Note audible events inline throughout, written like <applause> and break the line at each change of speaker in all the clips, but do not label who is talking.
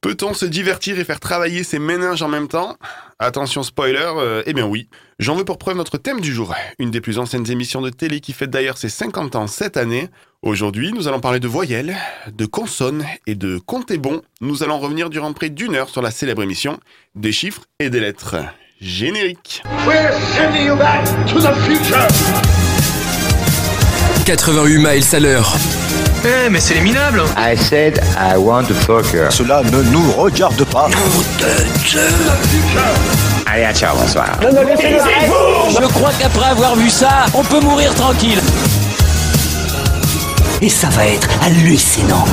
Peut-on se divertir et faire travailler ses méninges en même temps Attention spoiler, euh, eh bien oui. J'en veux pour preuve notre thème du jour, une des plus anciennes émissions de télé qui fête d'ailleurs ses 50 ans cette année. Aujourd'hui, nous allons parler de voyelles, de consonnes et de compter bon. Nous allons revenir durant près d'une heure sur la célèbre émission des chiffres et des lettres. Générique.
We're sending you back to the future.
88 miles à l'heure.
Eh, mais c'est les minables
I said I want to fuck her.
Cela ne nous regarde pas.
Allez, à ciao, bonsoir.
Je crois qu'après avoir vu ça, on peut mourir tranquille. Et ça va être hallucinant.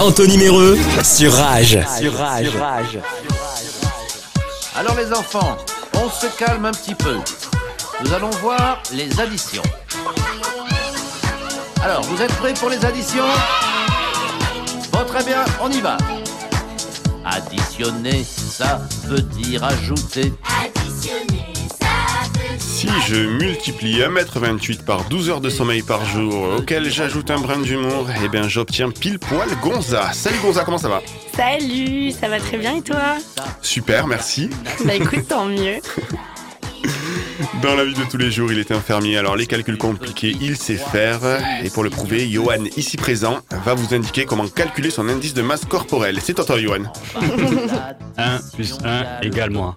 Anthony Méreux sur Rage.
Sur rage.
Alors les enfants, on se calme un petit peu. Nous allons voir les additions. Alors, vous êtes prêts pour les additions Bon, très bien, on y va. Additionner, ça veut dire
<laughs>
ajouter.
Si je multiplie 1m28 par 12 heures de sommeil par jour, auquel j'ajoute un brin d'humour, eh bien j'obtiens pile poil Gonza. Salut Gonza, comment ça va
Salut, ça va très bien et toi
Super, merci.
Bah écoute, tant mieux.
Dans la vie de tous les jours, il était un fermier, alors les calculs compliqués, il sait faire. Et pour le prouver, Johan, ici présent, va vous indiquer comment calculer son indice de masse corporelle. C'est toi, toi, Johan.
1 plus 1 égale moins.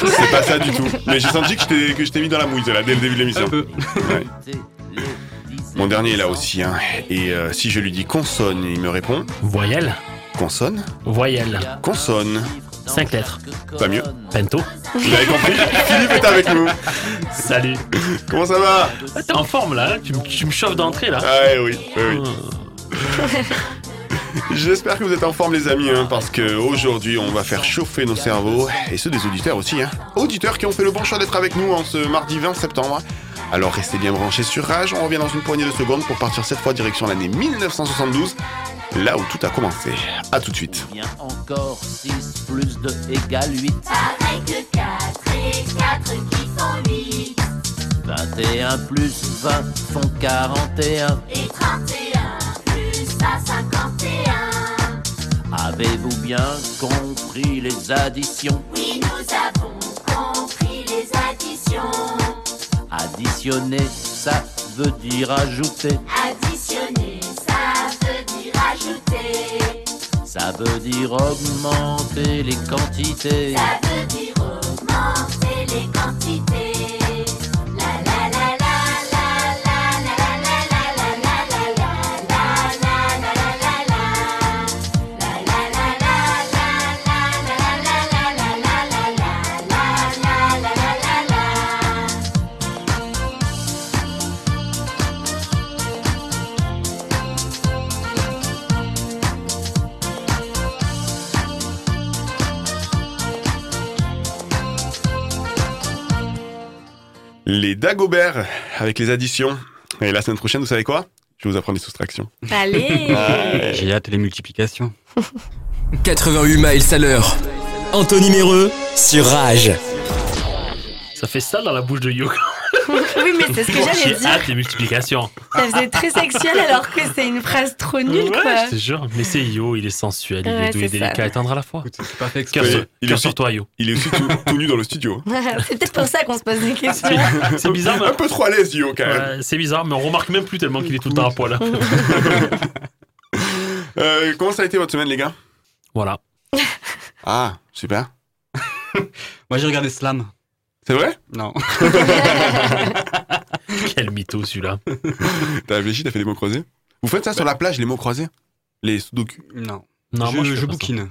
C'est pas ça du tout. Mais j'ai senti que je t'ai- que je t'ai mis dans la mouise, là, dès le début de l'émission.
Un peu.
Mon dernier est là aussi, hein. Et euh, si je lui dis consonne, il me répond
Voyelle,
consonne,
voyelle.
consonne.
5 lettres.
Pas mieux.
Pento.
Vous avez compris Philippe est avec nous.
Salut.
Comment ça va
Ah, T'es en forme là, hein tu, me- tu me chauffes d'entrée là.
Ah eh oui, eh oui. <laughs> J'espère que vous êtes en forme les amis, hein, parce que aujourd'hui on va faire chauffer nos cerveaux, et ceux des auditeurs aussi. Hein. Auditeurs qui ont fait le bon choix d'être avec nous en ce mardi 20 septembre. Alors restez bien branchés sur Rage, on revient dans une poignée de secondes pour partir cette fois direction l'année 1972, là où tout a commencé. A tout de suite.
Bien encore 6 plus 2 égale 8. Avec 4 et 4 qui font 8. 21 plus 20 font 41. Et 31 plus 51. Avez-vous bien compris les additions Oui, nous avons compris les additions. Additionner, ça veut dire ajouter. Ça veut dire augmenter les quantités.
Les Dagobert avec les additions. Et la semaine prochaine, vous savez quoi Je vais vous apprendre les soustractions.
Allez
J'ai hâte les multiplications.
88 miles à l'heure. Anthony Méreux sur Rage.
Ça fait ça dans la bouche de Yoga.
Oui, mais c'est ce que j'allais
J'ai
dire.
hâte les multiplications.
Ça faisait très sexuel alors que c'est une phrase trop nulle,
ouais,
quoi.
je te jure. Mais c'est Yo, il est sensuel, il
Ouais,
est doux et
c'est ça.
délicat et tendre à la fois. Cœur
exprès.
sur,
Il
cœur
est-
sur toi, Yo.
Il est aussi tout, tout nu dans le studio.
<laughs> C'est peut-être pour ça qu'on se pose des questions.
C'est bizarre,
Un <laughs>
mais...
peu trop à l'aise, Yo, quand même.
Ouais, c'est bizarre, mais on remarque même plus tellement qu'il est tout le temps à poil.
<laughs>
hein.
Euh, comment ça a été votre semaine, les gars
Voilà.
Ah, super.
<laughs> Moi j'ai regardé Slam.
C'est vrai
Non.
Quel mytho celui-là.
<laughs> T'as réfléchi, t'as fait des mots croisés Vous faites ça sur la plage, les mots croisés Les sudoku
Non.
Non,
je,
moi
je,
je, fais pas ça.
bouquine.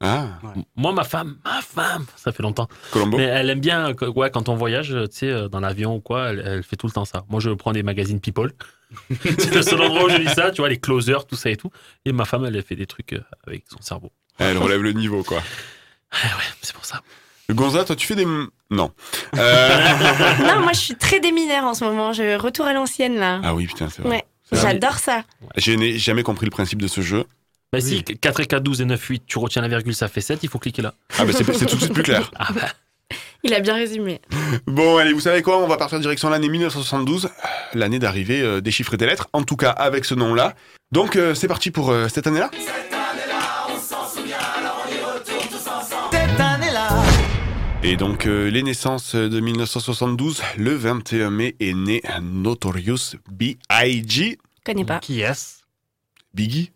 Ah,
Moi, ma femme, ma femme, ça fait longtemps.
Colombo
Mais elle aime bien, euh, ouais, quand on voyage, euh, tu sais, euh, dans l'avion ou quoi, elle, elle fait tout le temps ça. Moi, je prends des
<laughs>
magazines People. c'est le seul endroit où je lis ça, tu vois, les closers, tout ça et tout. Et ma femme, elle, elle fait des trucs euh, avec son cerveau.
Elle Eh, relève le niveau, quoi.
Ah ouais, c'est pour ça.
Gonza, toi, tu fais des... m- Non.
<laughs>
Euh,
<laughs> Non, moi je suis très déminaire en ce moment. Je retour à l'ancienne, là.
Ah oui, putain, c'est vrai.
Ouais.
C'est vrai.
J'adore ça.
Je n'ai jamais compris le principe de ce jeu.
Bah si, 4 et 4, 12 et 9, 8, tu retiens la virgule, ça fait 7, il faut cliquer là.
Ah bah c'est c'est tout de suite plus clair.
Ah bah,
Il a bien résumé.
Bon, allez, vous savez quoi On va partir direction l'année 1972, l'année d'arrivée euh, des chiffres et des lettres, en tout cas avec ce nom-là. Donc, euh, c'est parti pour euh, cette année-là Et donc, euh, les naissances de 1972, le 21 mai est né Notorious B.I.G.
Connais pas. Mm.
Qui est-ce
Biggie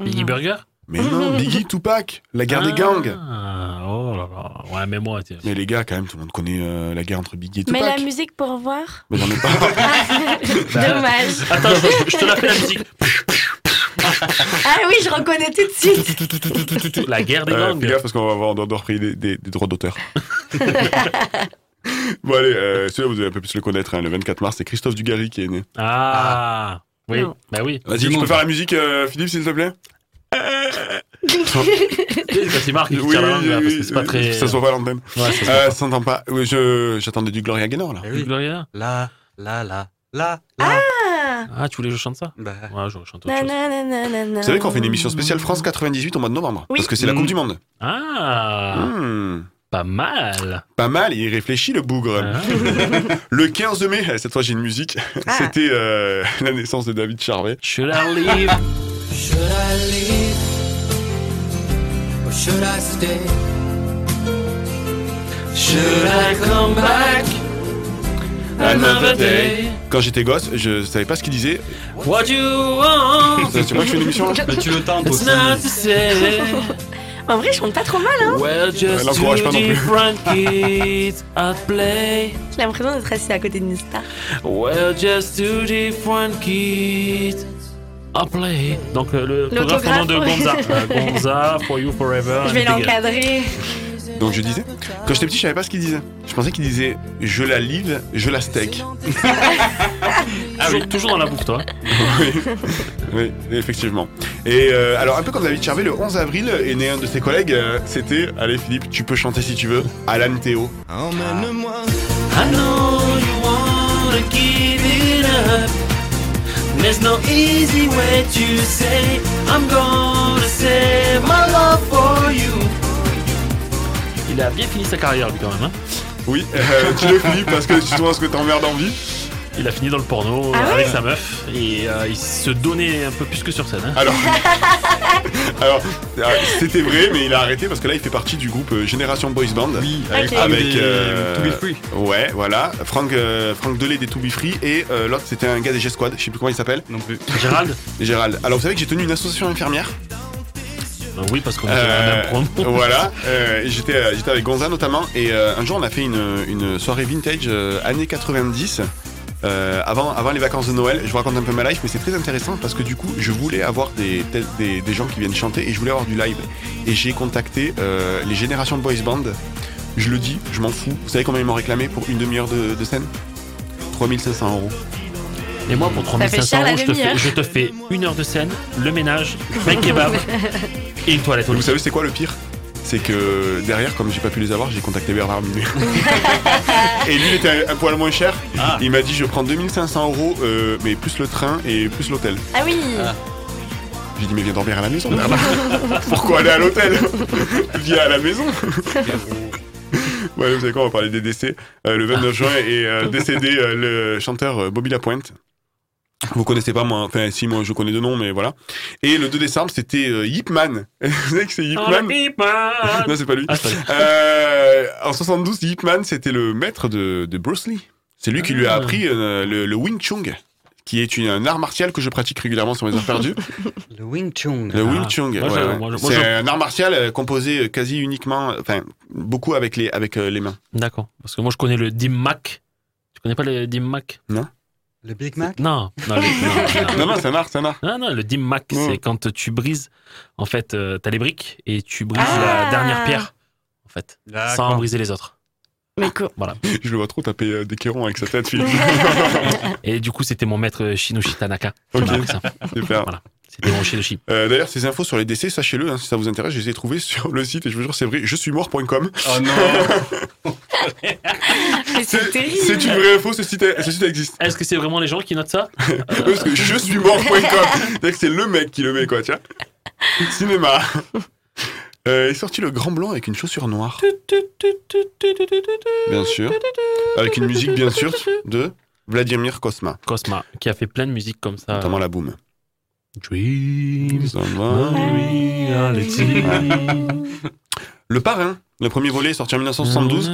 Biggie
Non.
Burger
Mais
<laughs>
non, Biggie, Tupac, la guerre des gangs.
Ah, Oh là là. Ouais, mais moi, tu sais.
Mais les gars, quand même, tout le monde connaît euh, la guerre entre Biggie et
Mais la
Tupac.
musique pour
<laughs>
voir.
Mais j'en ai pas.
Dommage.
Attends, je, je te la fais la musique.
Ah oui, je reconnais tout de suite.
La guerre des
Euh,
gangs.
Fais gaffe parce qu'on va avoir on doit- on doit repris des, des- des
<laughs>
droits d'auteur. bon allez, euh, celui-là vous devez un peu plus le connaître. hein. Le 24 mars, c'est Christophe Dugarry qui est né.
Ah. Oui,
Non.
bah oui.
Vas-y,
Du
tu peux
monde.
faire la musique, euh, Philippe, s'il te plaît
Quand il marque, il tire la langue, là, parce que c'est pas très.
Ça se voit pas à l'antenne.
Ouais, ça se
Euh, ça s'entend pas. Oui, je- J'attendais du Gloria Gaynor là.
Eh
voit.
oui.
Gloria
La, la, la, la, la.
Ah.
Ah, tu voulais que je chante ça
Bah,
Ouais, je chante autre chose.
Nanananana.
Vous savez qu'on fait une émission spéciale France 98 au mois de novembre
Oui.
Parce que c'est la
Mm.
Coupe du Monde.
Ah,
Hmm.
pas mal.
Pas mal, il réfléchit le bougre.
Ah.
Le 15 mai, <laughs> euh, cette fois j'ai une musique,
Ah.
c'était euh, <laughs> la naissance de David Charvet.
Should
<laughs>
I leave?
Should I leave or should I stay? Should I come back another day?
Quand j'étais gosse, je savais pas ce qu'il disait.
What you want,
C'est moi qui fais une émission
<laughs>
là
bah, tu le tentes
it's
aussi.
not to say.
En vrai, je chante pas trop mal. Hein.
Well, just
l'encourage
two
pas non plus.
different kids at play.
hein. J'ai l'impression d'être assis à côté d'une star.
Well, just two different kids at play.
Donc euh, le
L'autographe.
photographe nom de
<laughs>
Gonza. Euh, Gonza, for you forever.
Je vais
Ah, Dégage.
l'encadrer.
Donc je disais, quand j'étais petit, je savais pas ce qu'il disait. Je pensais qu'il disait je la live, je la steak.
<laughs>
Ah oui, toujours dans la bouffe, toi.
Oui, effectivement. Et euh, alors, un peu comme David Charvet, le 11 avril est né un de ses collègues. euh, C'était, allez Philippe, tu peux chanter si tu veux, Alan Théo.
I know you wanna give it up. There's no easy way to say I'm gonna save my love for you.
Il a bien fini sa carrière, lui, quand même. hein.
Oui, euh, tu le Philippe parce que tu vois ce que t'emmerdes en vie.
Il a fini dans le porno
Ah
euh,
ouais
avec sa meuf et euh, il se donnait un peu plus que sur scène. hein.
Alors, alors euh, c'était vrai, mais il a arrêté parce que là, il fait partie du groupe euh, Génération Boys Band.
Oui,
avec- Ok.
Avec
Ah, des-
euh,
To be free.
Ouais, voilà. Franck, euh, Franck Delay des To Be Free et euh, l'autre c'était un gars des G-Squad, je sais plus comment il s'appelle.
Non plus.
Gérald
Gérald. Alors vous savez que j'ai tenu une association infirmière.
Euh, Oui, parce qu'on a
Euh,
la même promo.
voilà. Euh, et j'étais euh, j'étais avec Gonza notamment et euh, un jour on a fait une, une soirée vintage euh, années 90. euh, avant, avant les vacances de Noël, je vous raconte un peu ma life, mais c'est très intéressant parce que du coup, je voulais avoir des, des, des- des gens qui viennent chanter et je voulais avoir du live. Et j'ai contacté euh, les générations Boys Band. Je le dis, je m'en fous. Vous savez combien ils m'ont réclamé pour une demi-heure de, de scène 3500 euros.
Et moi, pour
Ça fait cher
3500
la hein.
euros, je te,
demi-heure.
fais, je te fais une heure de scène, le ménage,
<laughs>
un kebab et une toilette. au
Vous
lit.
savez, c'est quoi le pire C'est que derrière, comme j'ai pas pu les avoir, j'ai contacté Bernard Minet. et lui, il était un poil moins cher.
Ah.
Il m'a dit Je prends 2500 euros, euh, mais plus le train et plus l'hôtel.
Ah oui.
J'ai dit Mais viens dormir à la maison, Bernard. <laughs> Pourquoi aller à l'hôtel Viens à la maison. Ouais, vous savez quoi, on va parler des décès. Euh, le 29 juin est euh, décédé euh, le chanteur euh, Bobby Lapointe. Vous connaissez pas moi, enfin si moi je connais de nom, mais voilà. Et le 2 décembre, c'était euh, Yipman. <laughs> vous savez que c'est
Oh, la
Yipman
pipe,
Non, <laughs>
man.
c'est pas lui.
Ah, c'est pas lui.
Euh, en 72, Ip Man, c'était le maître de, de Bruce Lee. C'est lui qui lui a
Ah.
appris euh, le, le Wing Chun, qui est une, un art martial que je pratique régulièrement sur mes heures perdues.
<laughs> Le Wing Chun.
Le
Ah.
Wing Chun,
Moi,
ouais,
je-
ouais.
moi, je- moi,
c'est
je-
un art martial euh, composé euh, quasi uniquement, euh, enfin beaucoup avec les avec euh, les mains.
D'accord, parce que moi, je connais le Dim Mac. Tu connais pas le Dim Mac
Le Big Mac.
Non, non, le- non,
<laughs>
non.
Non non, c'est un art, c'est
<laughs>
un art.
Non, non, le dim mac,
Non.
c'est quand tu brises, en fait, euh, t'as les briques et tu brises
Ah.
la dernière pierre, en fait, sans
D'accord.
briser les autres.
Mais quoi
Je le vois trop taper euh, des quérons avec sa tête, Philippe.
Et du coup, c'était mon maître euh, Shinoshi Tanaka.
Ok.
Voilà, ça.
Super.
C'était mon Shinoshi.
Euh, D'ailleurs, ces infos sur les décès, sachez-le, hein, si ça vous intéresse, je les ai trouvées <laughs> sur le site et je vous jure, c'est vrai, je suis mort.com.
Oh non.
<laughs> Mais c'est
C'est
terrible.
une vraie info, ce site, ce site existe.
Est-ce que c'est vraiment les gens qui notent ça
Ouais, Parce que <laughs> je suis mort.com. C'est-à-dire que c'est le mec qui le met, quoi, tu vois. Cinéma. Euh, est sorti le grand blanc avec une chaussure noire. Bien sûr. Avec une musique, bien sûr, de Vladimir Kosma.
Cosma, qui a fait plein de musique comme ça.
Notamment la boom.
Dreams,
Le Le Parrain, le premier volet est sorti en 1972.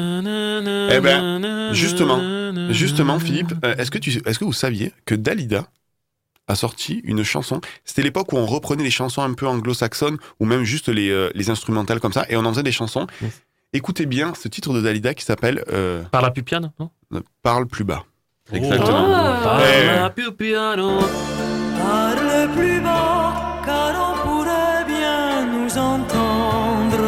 Eh ben, justement, justement, Philippe, euh, est-ce que, tu- est-ce que vous saviez que Dalida a sorti une chanson C'était l'époque où on reprenait les chansons un peu anglo-saxonnes ou même juste les, euh, les instrumentales comme ça et on en faisait des chansons.
Yes.
Écoutez bien ce titre de Dalida qui s'appelle euh,
Par la pupiane, non
Parle plus bas. Exactement.
Oh.
Par
Eh.
la pupiane.
Parle plus bas, car on pourrait bien nous entendre.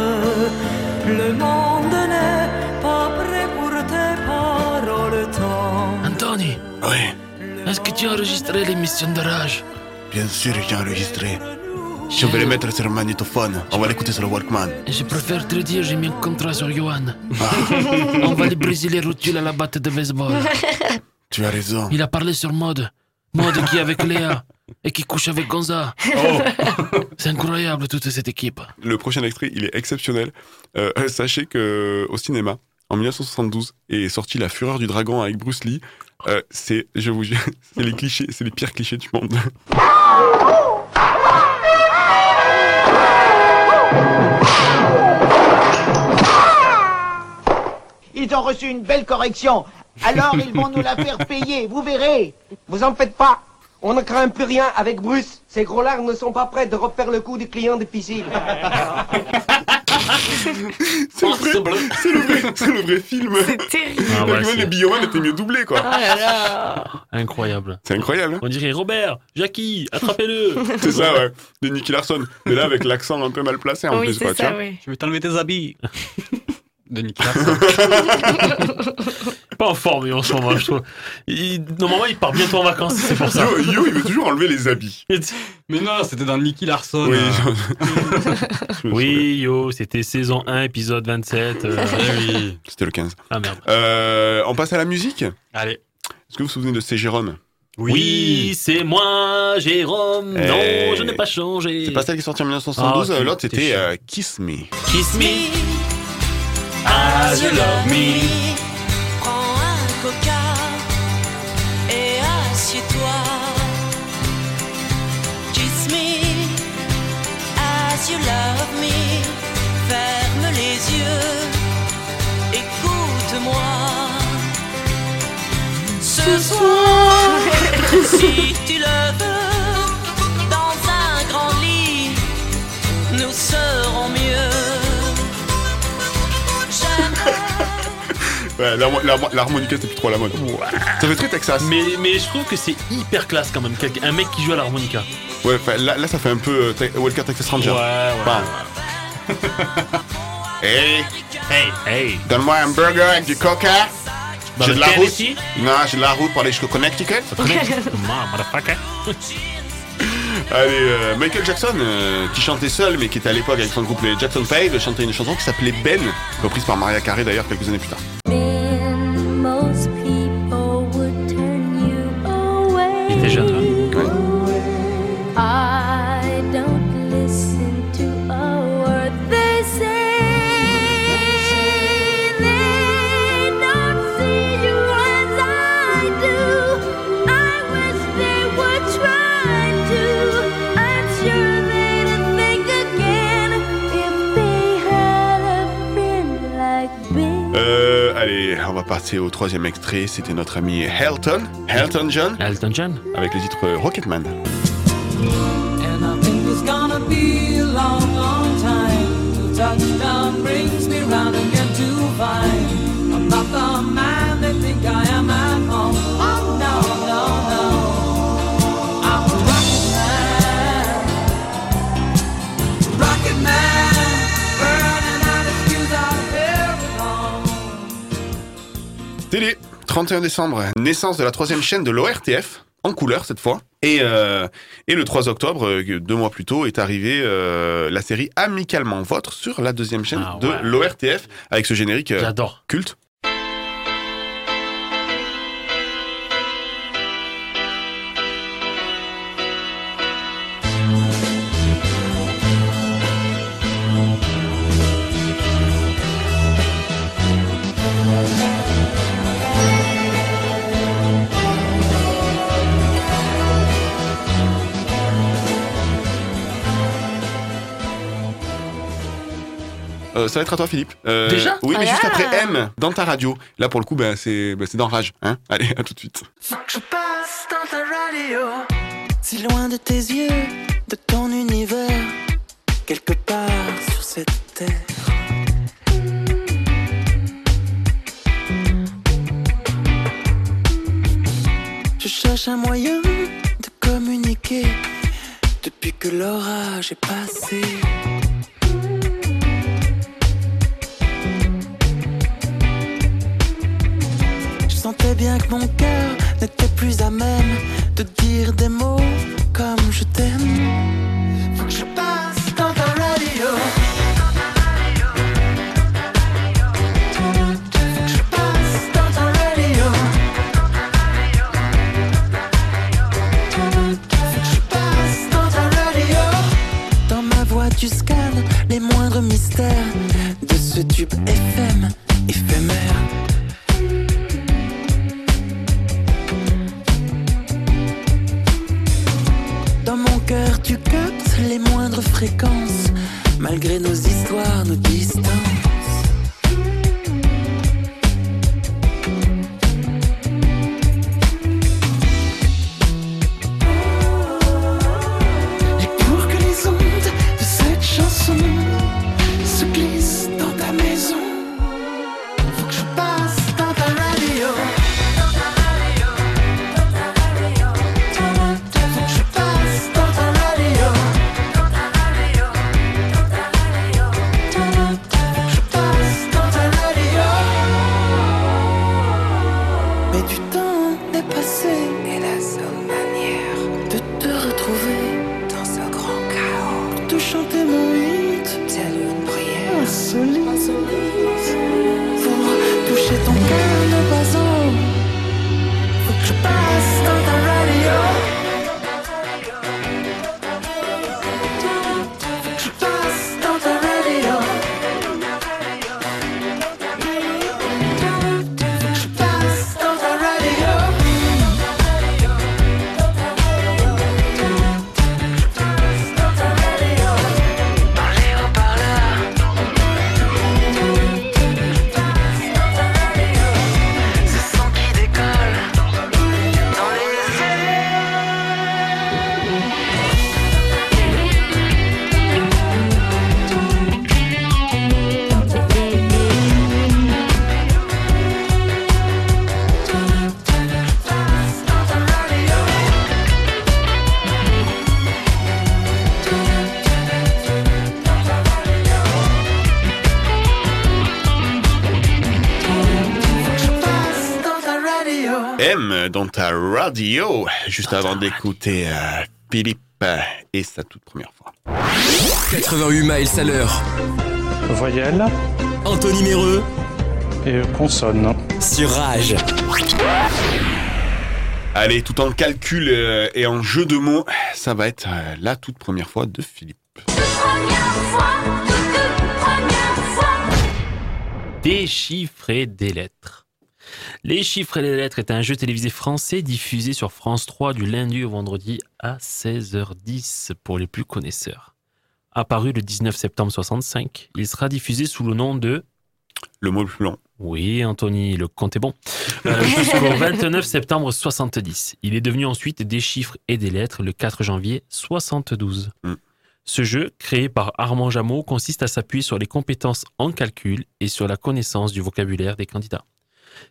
Le monde n'est pas prêt pour tes paroles tendres.
Anthony,
Ouais,
est-ce que tu as enregistré l'émission de Rage
bien sûr, j'ai enregistré. Je vais le mettre sur le magnétophone. On va l'écouter sur le Walkman.
Je préfère te le dire, j'ai mis un contrat sur Johan.
Ah.
<laughs> On va lui briser les rotules à la batte
<laughs>
de baseball.
Tu as raison.
Il a parlé sur Mode. Mode qui est avec Léa et qui couche avec Gonza. C'est incroyable toute cette équipe.
Le prochain extrait, il est exceptionnel. Euh, <laughs> sachez que au cinéma, en 1972, est sorti La Fureur du Dragon avec Bruce Lee. Euh, c'est, je vous jure, <laughs> c'est les clichés, c'est les pires clichés du monde. <laughs>
Ils ont reçu une belle correction. Alors ils vont nous la faire payer, vous verrez. Vous en faites pas. On ne craint plus rien avec Bruce. Ces gros lards ne sont pas prêts de refaire le coup du client de piscine.
C'est le vrai, c'est le vrai, c'est le vrai film.
C'est terrible.
Ah ouais,
Like Man
c'est-
et Bioman étaient mieux doublés, quoi.
Oh là là.
Incroyable.
C'est incroyable, hein
On dirait Robert, Jackie, attrapez-le.
C'est ça, ouais. De Nicky Larson. Mais là, avec l'accent un peu mal placé, en
oui,
plus, quoi,
c'est
tu vois.
ça, oui.
Je vais t'enlever tes habits. de Nicolas.
<laughs> Pas en forme lui, en ce moment, je trouve. Il- Normalement, il part bientôt en vacances, c'est
<laughs>
pour ça.
Yo, Yo, il veut toujours enlever les habits.
Mais non, c'était dans Nicky Larson.
Oui.
euh.
<laughs> je-
Oui, yo, c'était saison 1, épisode
<laughs>
27. euh,
Eh oui.
C'était le 15.
Ah merde.
Euh, on passe à la musique. Est-ce
Allez.
que vous vous souvenez de C'est Jérôme
Oui, c'est moi, Jérôme.
Eh.
Non, je n'ai pas changé.
C'est pas celle qui est sortie en 1972,
Ah,
euh,
tu-
l'autre
t'es
c'était
chiant.
euh, Kiss Me.
Kiss me, as you love me.
Prends un coca et assieds-toi. Kiss me as you love me. Ferme les yeux, écoute-moi. Ce soir, <laughs> si tu le veux, dans un grand lit, nous serons mieux. Jamais.
Ouais, l'harmo- l'harmo- L'harmonica c'était plus trop à la mode. Ça fait très Texas.
Mais, mais je trouve que c'est hyper classe quand même, quelqu'un- un mec qui joue à l'harmonica.
Ouais, enfin, là, là, ça fait un peu euh, Te- Walker Texas Ranger. <laughs> Bam. Hey,
Hey, hey.
donne-moi un burger avec du coca.
Dans
J'ai
le
de la route.
Tennessee
Non, j'ai de la route pour aller jusqu'au <laughs> Connecticut.
<laughs> Ma- motherfucker.
Allez, euh, Michael Jackson, euh, qui chantait seul, mais qui était à l'époque avec son groupe les Jackson 5, chantait une chanson qui s'appelait Ben, reprise par Maria Carey d'ailleurs quelques années plus tard.
Most people would turn you away.
Il était jeune,
I don't listen to a word they say. They don't see you as I do. I wish they would try to. I'm sure they'd think again if they had a friend like me.
Euh, allez, on va passer au troisième extrait, c'était notre ami Elton, Elton John,
hein. Elton John.
avec le titre euh, Rocketman.
And I think it's gonna be a long, long time till touchdown brings me round again to find I'm not the man they think I am at home. Oh no, no, no. I'm a Ah, rocket man, rocket man, burning out his fuse out of every home.
Télé, 31 décembre, naissance de la troisième chaîne de l'ORTF, en couleur cette fois. Et, euh, et le 3 octobre, euh, deux mois plus tôt, est arrivée euh, la série Amicalement Votre sur la deuxième chaîne
Ah
de
ouais.
l'ORTF, avec ce générique euh,
J'adore.
culte. Euh, ça va être à toi, Philippe. Euh,
Déjà
Oui, mais
Ah
juste
là
après M, dans ta radio. Là, pour le coup, ben, c'est ben, c'est dans Rage. Hein Allez, à tout de suite.
Faut que je passe dans ta radio. Si loin de tes yeux, de ton univers, quelque part sur cette terre. Je cherche un moyen de communiquer depuis que l'orage est passé. Je sentais bien que mon cœur n'était plus à même de dire des mots comme je t'aime. Faut que je passe dans ta radio. Faut que je passe dans ta radio. Faut que je passe dans ta radio. Dans ma voix, tu scannes les moindres mystères de ce tube FM éphémère. Dans mon cœur, tu captes les moindres fréquences, malgré nos histoires, nos distances. Et pour que les ondes de cette chanson se glissent dans ta maison, faut que je passe dans ta radio. Faut que je passe dans ta radio. Faut que je passe dans ta radio. Mais du temps est passé. Et la seule manière de te retrouver dans ce grand chaos. Pour te chanter mon hit. Telle une prière insolite. Pour toucher ton cœur de oiseau. Faut que je passe dans ta radio. Je passe dans ta radio. Je passe dans ta radio. Parler au parleur. Ce son qui décolle dans les airs.
M, dans ta radio. Juste avant d'écouter euh, Philippe euh, et sa toute première fois.
88 miles à l'heure.
Voyelle
Anthony Méreux
et consonne.
sur Rage.
Allez, tout en calcul euh, et en jeu de mots, ça va être euh, la toute première fois de Philippe.
Déchiffrer des lettres. Les chiffres et les lettres est un jeu télévisé français diffusé sur France 3 du lundi au vendredi à 16h10 pour les plus connaisseurs. Apparu le 19 septembre 65, il sera diffusé sous le nom de
Le mot le plus long.
Oui, Anthony, le compte est bon. Euh, Jusqu'au 29 septembre 70. Il est devenu ensuite des chiffres et des lettres le 4 janvier 72.
Mm.
Ce jeu, créé par Armand Jameau, consiste à s'appuyer sur les compétences en calcul et sur la connaissance du vocabulaire des candidats.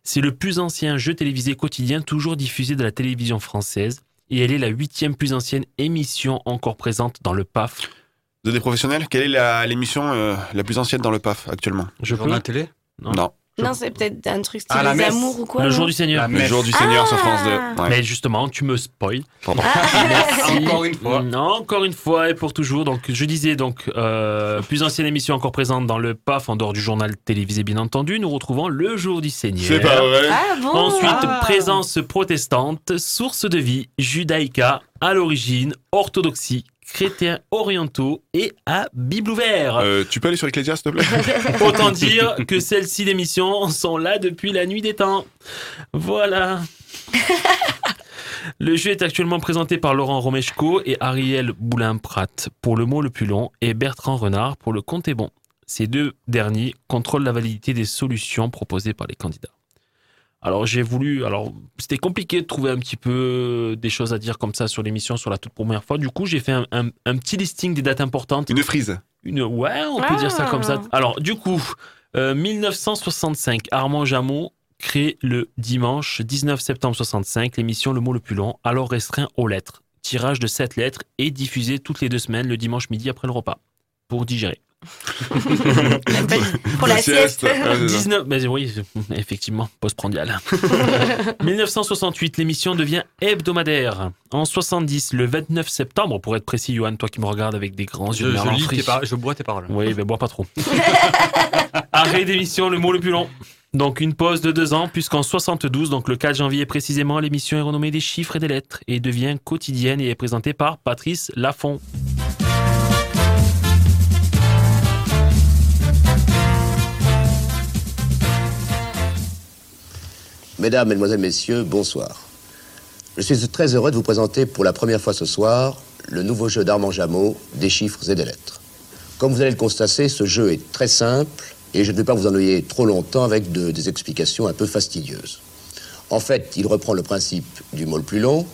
C'est le plus ancien jeu télévisé quotidien toujours diffusé de la télévision française et elle est la huitième plus ancienne émission encore présente dans le PAF.
De des professionnels, quelle est la- l'émission euh, la plus ancienne dans le PAF actuellement
Je peux
Journal télé
Non.
Non.
Non, c'est peut-être un truc style
Ah, la
les
messe.
amours ou quoi.
Le
non
jour du Seigneur.
La
Le
Mef.
jour du Seigneur sur
Ah.
France 2. Ouais.
Mais justement, tu me spoil. <laughs>
Pardon.
Encore une fois.
Non, encore une fois et pour toujours. Donc, je disais, donc, euh, plus ancienne émission encore présente dans le PAF, en dehors du journal télévisé, bien entendu, nous retrouvons Le Jour du Seigneur.
C'est pas vrai.
Ah bon
Ensuite,
Ah.
présence protestante, source de vie, judaïka, à l'origine, orthodoxie, chrétiens orientaux et à Bible ouverte.
Euh, tu peux aller sur Ecclesia, s'il te
<laughs>
plaît
<laughs> Autant dire que celles-ci d'émissions sont là depuis la nuit des temps. Voilà. Le jeu est actuellement présenté par Laurent Romeshko et Ariel Boulin-Prat pour le mot le plus long et Bertrand Renard pour le compte est bon. Ces deux derniers contrôlent la validité des solutions proposées par les candidats. Alors j'ai voulu, alors c'était compliqué de trouver un petit peu des choses à dire comme ça sur l'émission sur la toute première fois. Du coup j'ai fait un, un- un petit listing des dates importantes.
Une frise.
Une ouais, on peut
Ah.
dire ça comme ça. Alors du coup, euh, 1965, Armand Jameau crée le dimanche 19 septembre 65 l'émission Le mot le plus long, alors restreint aux lettres. Tirage de 7 lettres et diffusé toutes les deux semaines le dimanche midi après le repas pour digérer.
Pour la sieste.
<laughs>
<laughs>
19, mais oui, <laughs> effectivement, postprandial. 1968, l'émission devient hebdomadaire. En 70, le 29 septembre, pour être précis, Johan, toi qui me regardes avec des grands
Je,
yeux
je
de merlan
lis
frit.
tes par- je bois tes paroles.
Oui, mais bois
<laughs>
pas trop. Arrêt d'émission, le mot le plus long. Donc une pause de deux ans, puisqu'en 72, donc le 4 janvier précisément, l'émission est renommée des chiffres et des lettres et devient quotidienne et est présentée par Patrice Laffont.
Mesdames, Mesdemoiselles, Messieurs, bonsoir. Je suis très heureux de vous présenter pour la première fois ce soir le nouveau jeu d'Armand Jameau, des chiffres et des lettres. Comme vous allez le constater, ce jeu est très simple et je ne vais pas vous ennuyer trop longtemps avec de- des explications un peu fastidieuses. En fait, il reprend le principe du mot le plus long,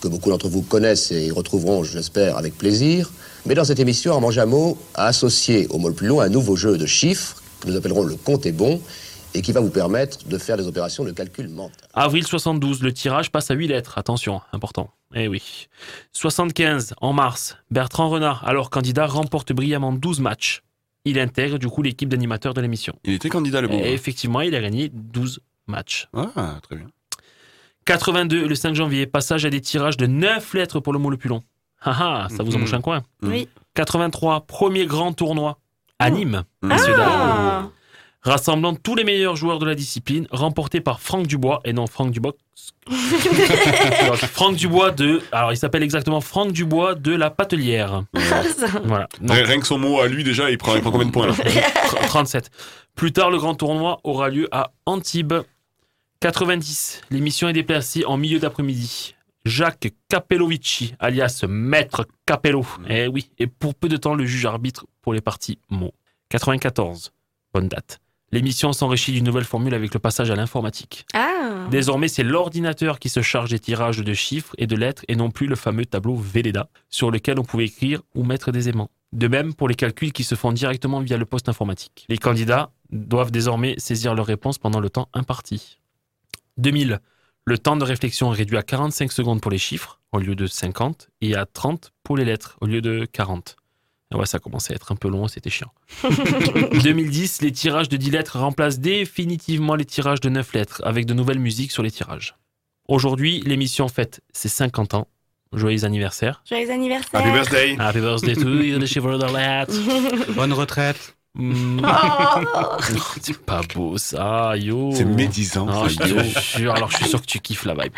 que beaucoup d'entre vous connaissent et retrouveront, j'espère, avec plaisir. Mais dans cette émission, Armand Jameau a associé au mot le plus long un nouveau jeu de chiffres que nous appellerons le compte est bon et qui va vous permettre de faire des opérations de calcul mental.
Avril 72, le tirage passe à 8 lettres. Attention, important. Eh oui. 75, en mars, Bertrand Renard, alors candidat, remporte brillamment 12 matchs. Il intègre du coup l'équipe d'animateurs de l'émission.
Il était candidat le bon.
Eh.
Et effectivement, il a gagné 12 matchs.
Ah, très bien.
82, le 5 janvier, passage à des tirages de 9 lettres pour le mot le plus long. Ah ah, ça vous
Mhm.
embauche un coin.
Oui.
83, premier grand tournoi à Nîmes,
Ah.
messieurs, dames. Rassemblant tous les meilleurs joueurs de la discipline, remporté par Franck Dubois, et non Franck Dubois. Donc, Franck Dubois de. Alors, il s'appelle exactement Franck Dubois de la Patelière.
Ah,
Voilà.
Rien rien que son mot à lui, déjà, il prend, il prend combien de
<laughs>
points là
Tr- 37. Plus tard, le grand tournoi aura lieu à Antibes. 90. L'émission est déplacée en milieu d'après-midi. Jacques Capellovici, alias Maître Capello. Eh oui, et pour peu de temps, le juge arbitre pour les parties mots. 94. Bonne date. L'émission s'enrichit d'une nouvelle formule avec le passage à l'informatique.
Ah.
Désormais, c'est l'ordinateur qui se charge des tirages de chiffres et de lettres et non plus le fameux tableau Velleda sur lequel on pouvait écrire ou mettre des aimants. De même pour les calculs qui se font directement via le poste informatique. Les candidats doivent désormais saisir leurs réponses pendant le temps imparti. 2000. Le temps de réflexion est réduit à 45 secondes pour les chiffres au lieu de 50 et à 30 pour les lettres au lieu de 40. Ah ouais, ça commençait à être un peu long, c'était chiant.
<laughs>
2010, les tirages de 10 lettres remplacent définitivement les tirages de 9 lettres avec de nouvelles musiques sur les tirages. Aujourd'hui, l'émission fête ses 50 ans. Joyeux anniversaire.
Joyeux anniversaire.
Happy birthday to you, the Chevrolet de lettres. Bonne retraite.
<laughs>
Oh.
C'est pas beau ça, yo.
Oh. C'est médisant,
Ah, je
ça,
te
yo.
jure, alors je suis sûr que tu kiffes
<laughs>
la vibe.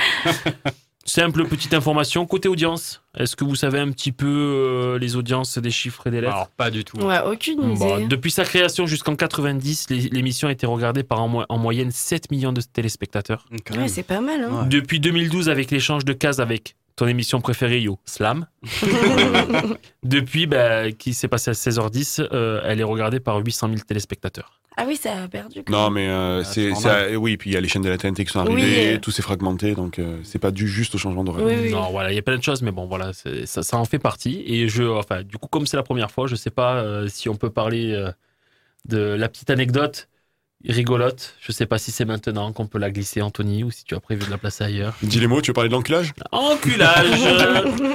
Simple petite information, côté audience, est-ce que vous savez un petit peu euh, les audiences des chiffres et des lettres
pas du tout.
Ouais, aucune idée.
bah,
depuis sa création jusqu'en 90, les- l'émission a été regardée par en, mo- en moyenne 7 millions de téléspectateurs.
<laughs> Ouais, c'est pas mal, hein.
Depuis 2012, avec l'échange de cases avec ton émission préférée, Yo, Slam. Depuis, bah, qui s'est passé à 16h10, euh, elle est regardée par 800 000 téléspectateurs.
Ah oui, ça a perdu.
Non, mais euh, c'est.
c'est
c'est- euh, oui, puis il y a les chaînes de la TNT qui sont arrivées,
Oui.
tout s'est fragmenté, donc euh, c'est pas dû juste au changement d'horaire.
Non, voilà, il y a plein de choses, mais bon, voilà, c'est- ça, ça en fait partie. Et je, enfin, du coup, comme c'est la première fois, je sais pas euh, si on peut parler euh, de la petite anecdote rigolote. Je sais pas si c'est maintenant qu'on peut la glisser, Anthony, ou si tu as prévu de la placer ailleurs.
Dis les mots, tu veux parler de l'enculage
Enculage
<laughs>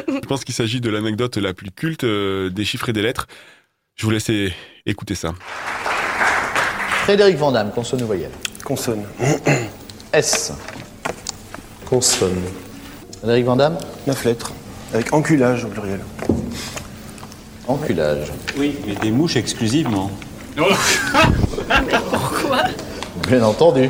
Je pense qu'il s'agit de l'anecdote la plus culte euh, des chiffres et des lettres. Je vous laisse é- écouter ça.
Frédéric Vandamme, consonne ou voyelle Consonne. S. Consonne. Frédéric Vandamme 9 lettres. Avec enculage au pluriel. Enculage.
Oui, mais des mouches exclusivement.
Pourquoi
Bien entendu.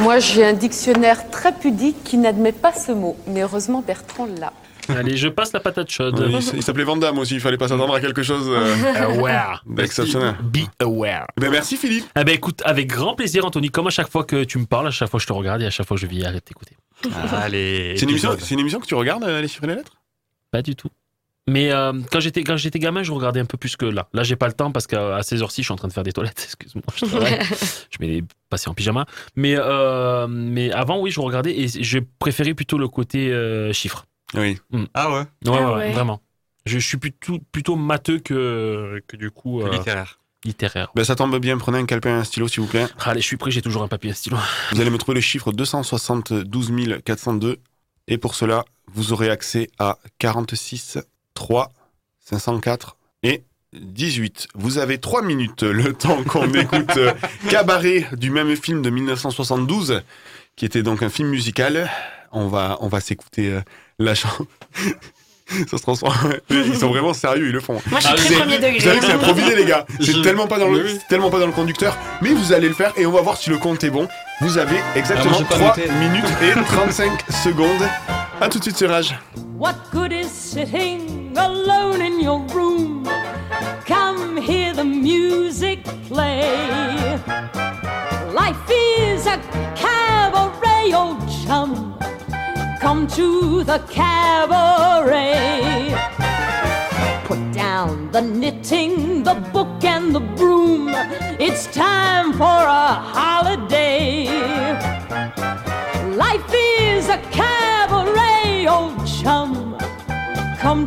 Moi, j'ai un dictionnaire très pudique qui n'admet pas ce mot, mais heureusement Bertrand l'a.
Allez, je passe la patate chaude.
Oui, il s- il s'appelait Van Damme aussi, il fallait pas s'attendre à quelque chose euh,
Ah.
Aware.
d'exceptionnel.
Be aware.
Ben merci Philippe.
Ah ben écoute, avec grand plaisir Anthony, comme à chaque fois que tu me parles, à chaque fois que je te regarde et à chaque fois que je viens, arrête d'écouter.
Allez.
C'est une, émission- c'est une émission que tu regardes, euh, les chiffres et les lettres
Pas du tout. Mais euh, quand j'étais quand j'étais gamin, je regardais un peu plus que là. Là, j'ai pas le temps parce qu'à à ces heures-ci, je suis en train de faire des toilettes. <laughs> Excuse-moi, je travaille. <laughs> je mets les passés en pyjama. Mais euh, mais avant, oui, je regardais et je préférais plutôt le côté euh, chiffres.
Oui.
Ah ouais. Ouais,
Ah
ouais,
ouais.
vraiment. Je, je suis plutôt plutôt matheux que que du coup euh,
littéraire.
Littéraire.
Ben, ça tombe bien, prenez un calepin et un stylo, s'il vous plaît.
Allez, je suis prêt, j'ai toujours un papier <laughs> et un stylo.
Vous allez me trouver le chiffre 272 402. Et pour cela, vous aurez accès à 46, 3, 504 et 18. Vous avez 3 minutes le <laughs> temps qu'on écoute euh, Cabaret du même film de 1972, qui était donc un film musical. On va, on va s'écouter euh, la chanson. <laughs> Ça se transforme. Ils sont vraiment sérieux, ils le font.
Moi, je suis très
C'est-
premier degré.
Ah, Vous savez que c'est improvisé, les <laughs> gars. C'est
Je-
tellement pas dans le,
Oui, oui.
c'est tellement pas dans le conducteur, mais vous allez le faire et on va voir si le compte est bon. Vous avez exactement
Ah, moi, j'ai pas
3
noté.
minutes et <laughs> 35 secondes. À tout de suite, Serrage.
What good is sitting alone in your room? Come hear the music play. Life is a cabaret, old chum. Come to the cabaret. Put down the knitting, the book, and the broom. It's time for a holiday. Life is a cabaret, old chum. Come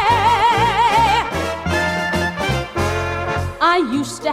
cabaret. I used to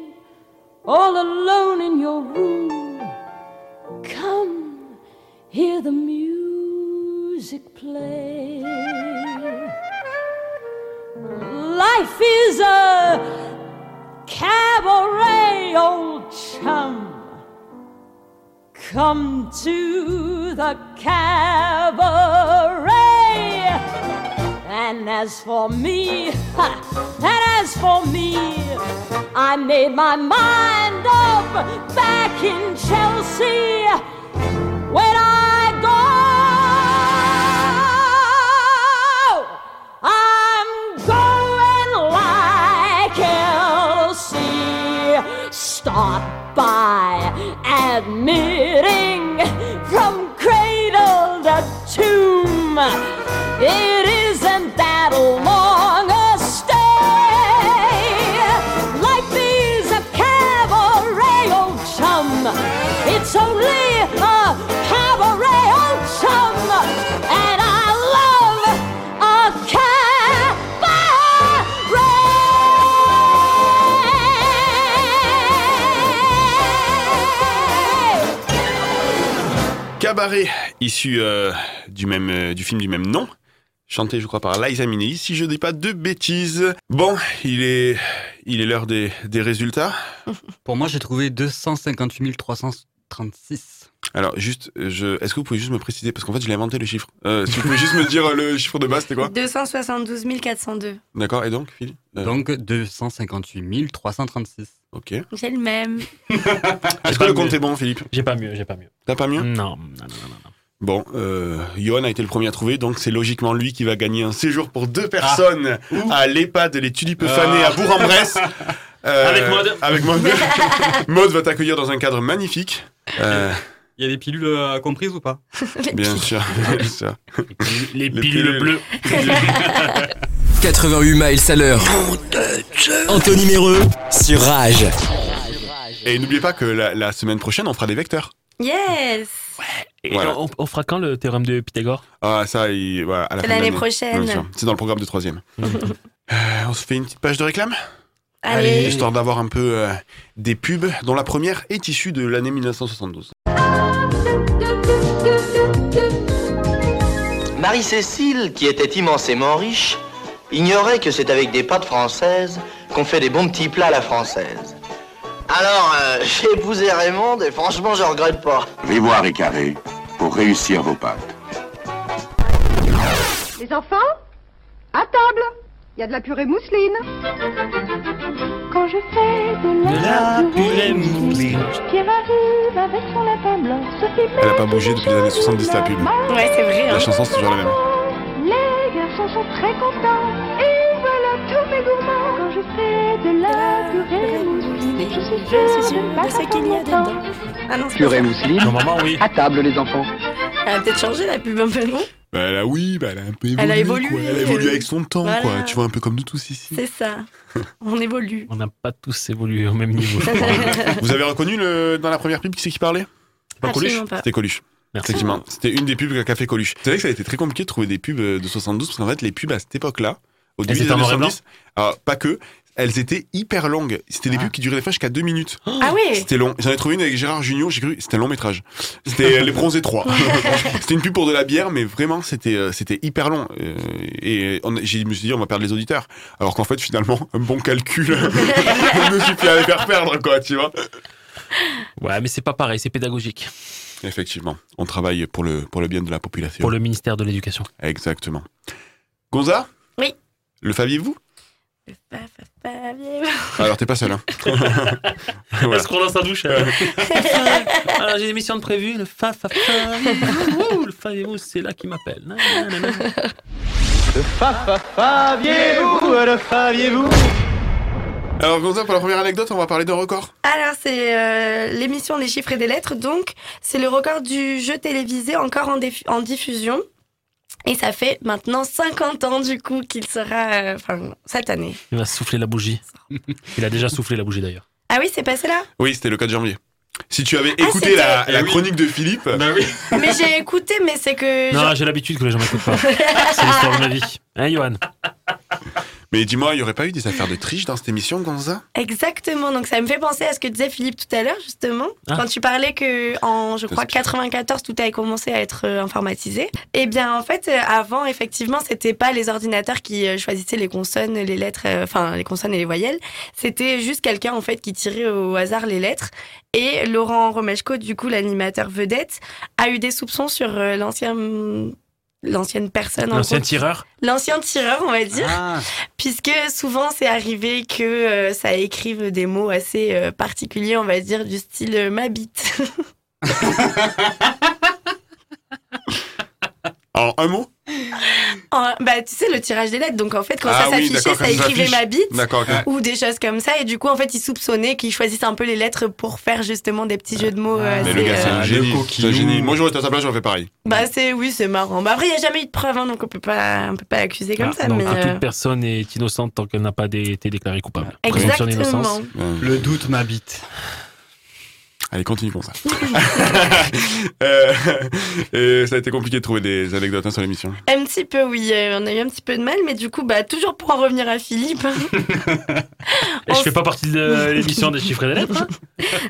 all alone in your room? Come, hear the music play. Life is a cabaret, old chum. Come to the cabaret. And as for me, <laughs> ha, and as for me, I made my mind up back in Chelsea when I go. I'm going like Elsie. Start by admitting from cradle to tomb. It isn't that long a stay. Life is a cabaret, old chum. It's only a cabaret, old chum. And I love a cabaret.
Cabaret, issu euh, du, même, euh, du film du même nom, chanté je crois par Liza Minnelli, si je dis pas de bêtises. Bon, il est il est l'heure des, des résultats.
Pour moi, j'ai trouvé 258 336.
Alors juste, euh, je, est-ce que vous pouvez juste me préciser, parce qu'en fait je l'ai inventé le chiffre. Euh, si vous pouvez juste me dire euh, le chiffre de base, c'était quoi
272 402.
D'accord, et donc Phil Euh,
Donc 258 336.
Ok.
C'est le même.
Est-ce que le compte est bon, Philippe
J'ai pas mieux, j'ai pas mieux.
T'as pas mieux
Non.
Bon, euh, Johan a été le premier à trouver, donc c'est logiquement lui
Ah, <laughs>
qui va gagner un séjour pour deux personnes à l'EHPAD Les Tulipes Fanées à Bourg-en-Bresse. Euh,
Avec Maud.
Avec Maud. Maud va t'accueillir dans un cadre magnifique. Euh,
Il y a des pilules euh, comprises ou pas
<laughs> bien sûr, bien sûr.
Les pilules bleues.
88 miles à l'heure. Anthony Méreux sur Rage.
Et n'oubliez pas que la, la semaine prochaine, on fera des vecteurs.
Yes
Et
Voilà.
on, on fera quand le théorème de Pythagore
Ah, ça, il, voilà, à la fin de
L'année
l'année.
prochaine.
Bien sûr. C'est dans le programme de troisième. Euh, on se fait une petite page de réclame
Allez.
Histoire d'avoir un peu euh, des pubs, dont la première est issue de l'année 1972.
Marie-Cécile, qui était immensément riche, ignorait que c'est avec des pâtes françaises qu'on fait des bons petits plats à la française. Alors, euh, <laughs> j'ai épousé Raymond et franchement, je regrette pas.
Venez voir Écaré pour réussir vos pâtes.
Les enfants, à table. Il y a de la purée mousseline. Quand je fais de la, purée mousseline, Pierre arrive avec son lapin blanc. Sophie
Elle n'a pas bougé depuis les années 70, la pub.
Ouais, c'est vrai. hein.
La chanson, c'est toujours la même.
Les garçons sont très contents. Et voilà tous mes gourmands. Quand je fais de la purée mousseline, je suis sûre de ne pas attendre longtemps.
Ah non, c'est
Purée
pas ça.
mousseline Normalement, oui. À table, les enfants.
Elle a peut-être changé la pub un peu, non
Bah, elle a, oui, bah, elle a un peu évolué.
Elle a
quoi.
évolué,
Elle a évolué
euh,
avec son temps,
voilà.
quoi. Tu vois, un peu comme nous tous ici.
C'est ça. On
<laughs>
évolue.
On n'a pas tous évolué au même niveau.
Vous avez reconnu le- dans la première pub qui c'est qui parlait Pas
Absolument
Coluche
pas.
C'était Coluche.
Merci.
Effectivement, c'était une des pubs qu'a fait Coluche. C'est vrai que ça a été très compliqué de trouver des pubs euh, de 72 parce qu'en fait, les pubs à cette époque-là, au
Elles
début des
étaient en
années
noir et
70, alors, pas que, elles étaient hyper longues. C'était
Ah.
des pubs qui duraient des fois jusqu'à 2 minutes.
Ah ouais
C'était long. J'en ai trouvé une avec Gérard Junior, j'ai cru, c'était un long métrage. C'était euh, Les Bronzés 3. <laughs> c'était une pub pour de la bière, mais vraiment, c'était euh, c'était hyper long. Euh, Et on- j'ai- je me suis dit, on va perdre les auditeurs. Alors qu'en fait, finalement, un bon calcul <laughs> nous suffit à les faire perdre, quoi, tu vois.
Ouais, mais c'est pas pareil, c'est pédagogique.
Effectivement, on travaille pour le, pour le bien de la population.
Pour le ministère de l'Éducation.
Exactement. Gonza
Oui.
Le faviez-vous
Pas bien.
Alors, t'es pas seul. Hein.
Est-ce qu'on lance un douche euh <laughs> Alors, j'ai des missions de prévues. Le fa fa fa. Ouh, le fa et vous, c'est là qui m'appelle. Nanana.
Faviez-vous, le faviez-vous
Alors, Gonza, pour la première anecdote, on va parler d'un record.
Alors, c'est euh, l'émission des chiffres et des lettres. Donc, c'est le record du jeu télévisé encore en, défu- en diffusion. Et ça fait maintenant 50 ans, du coup, qu'il sera. euh, Enfin, cette année.
Il va souffler la bougie. Il a déjà soufflé la bougie d'ailleurs.
Ah oui, c'est passé là
Oui, c'était le 4 janvier. Si tu avais écouté la, la chronique de Philippe.
Bah
Ben
Mais j'ai écouté, mais c'est que.
Non, j'ai l'habitude que les gens m'écoutent pas. C'est l'histoire de ma vie. Hein, Johan
Mais dis-moi, il n'y aurait pas eu des affaires de triche dans cette émission, Gonza
Exactement, donc ça me fait penser à ce que disait Philippe tout à l'heure, justement,
Ah.
quand tu parlais que en, je crois, 94, tout avait commencé à être euh, informatisé. Eh bien, en fait, euh, avant, effectivement, c'était pas les ordinateurs qui euh, choisissaient les consonnes, les lettres, euh, enfin, les consonnes et les voyelles. C'était juste quelqu'un, en fait, qui tirait au hasard les lettres. Et Laurent Romeshko, du coup, l'animateur vedette, a eu des soupçons sur euh, l'ancien. L'ancienne personne. en
L'ancien
cause.
tireur
L'ancien tireur, on va dire.
Ah.
Puisque souvent, c'est arrivé que euh, ça écrive des mots assez euh, particuliers, on va dire, du style euh, ma bite. <laughs>
En un mot
En- bah, tu sais, le tirage des lettres. Donc, en fait, quand ça s'affichait,
Ah d'accord,
ça écrivait
s'affiche.
ma bite.
D'accord, ok.
Ou des choses comme ça. Et du coup, en fait, ils soupçonnaient qu'ils choisissent un peu les lettres pour faire justement des petits jeux de mots. euh,
Ah, Mais
assez,
le gars, c'est
euh,
un génie. C'est un génie. Moi, j'aurais été à sa place, j'aurais fait pareil.
Bah, c'est, oui, c'est marrant. Bah, après, il n'y a jamais eu de preuve, hein, donc on peut pas, on peut pas accuser comme
Ah,
ça.
donc,
mais, euh,
toute personne est innocente tant qu'elle n'a pas dé- été déclarée coupable. Présomption
Exactement.
d'innocence.
Le doute m'habite.
Euh. Allez, continue comme ça. <laughs> Euh, et ça a été compliqué de trouver des anecdotes hein, sur l'émission.
Un petit peu, oui. euh, on a eu un petit peu de mal, mais du coup, bah, toujours pour en revenir à
<laughs>
Philippe.
Et je fais pas partie de l'émission des chiffres et des lettres. hein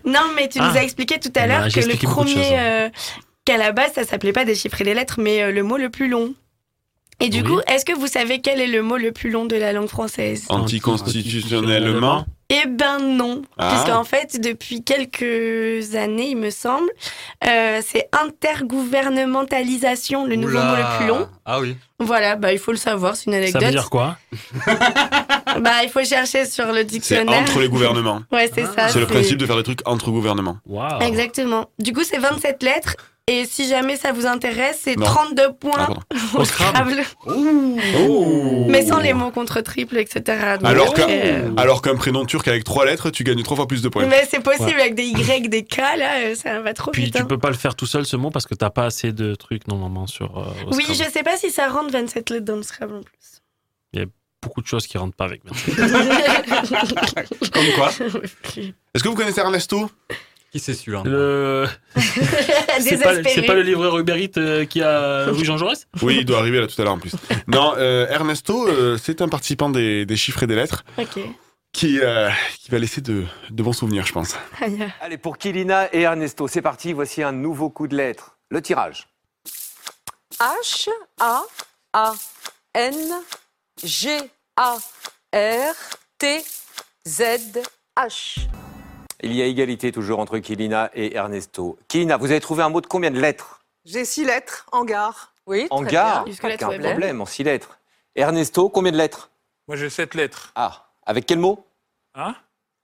non, mais tu nous
Ah.
as expliqué tout à
Elle
l'heure
m'a-
que
j'ai
le
expliqué beaucoup de choses,
premier, euh,
hein.
qu'à la base, ça s'appelait pas déchiffrer les lettres, mais euh, le mot le plus long. Et du
Oui.
coup, est-ce que vous savez quel est le mot le plus long de la langue française
Anticonstitutionnellement.
Eh ben non,
Ah.
puisqu'en fait, depuis quelques années, il me semble, euh, c'est intergouvernementalisation, le nouveau mot le plus long.
Ah oui.
Voilà, bah, il faut le savoir, c'est une
Ça
anecdote.
veut dire quoi
bah, il faut chercher sur le
C'est
dictionnaire.
entre les gouvernements.
Ah.
Ouais, Ah, c'est ça.
C'est le principe de faire des trucs entre gouvernements.
Waouh.
Exactement. Du coup, c'est 27 lettres. Et si jamais ça vous intéresse, c'est
Non.
32 points au Scrabble.
Oh.
Mais sans les mots contre triple, etc. Donc,
Alors qu'un
euh,
alors qu'un prénom turc avec trois lettres, tu gagnes trois fois plus de points.
Mais c'est possible
Ouais.
avec des Y, des K, là, euh, ça va trop
Puis
vite.
tu
hein.
peux pas le faire tout seul ce mot parce que t'as pas assez de trucs normalement sur. euh, au
Oui,
Scrabble.
je sais pas si ça rentre 27 lettres dans le Scrabble en plus.
Il y a beaucoup de choses qui rentrent pas avec. maintenant.
Comme quoi
<laughs>
Est-ce que vous connaissez Ernesto
Qui c'est celui-là
<laughs>
Le- C'est pas,
Désespéré.
c'est pas le livreur Uber Eats euh, qui <laughs> a Louis Jean Jaurès
Oui, il doit arriver là tout à l'heure en plus. Non, euh, Ernesto, euh, c'est un participant des, des chiffres et des lettres
Ok.
qui, euh, qui va laisser de, de bons souvenirs, je pense.
Ah,
Allez, pour Kilina et Ernesto, c'est parti. Voici un nouveau coup de lettre. Le tirage.
H A A N G A R T Z H.
Il y a égalité toujours entre Kilina et Ernesto. Kilina, vous avez trouvé un mot de combien de lettres
J'ai six lettres en gare.
Oui,
En gare Aucun problème, en six lettres. Ernesto, combien de lettres
Moi, j'ai sept lettres.
Ah, avec quel mot
Hein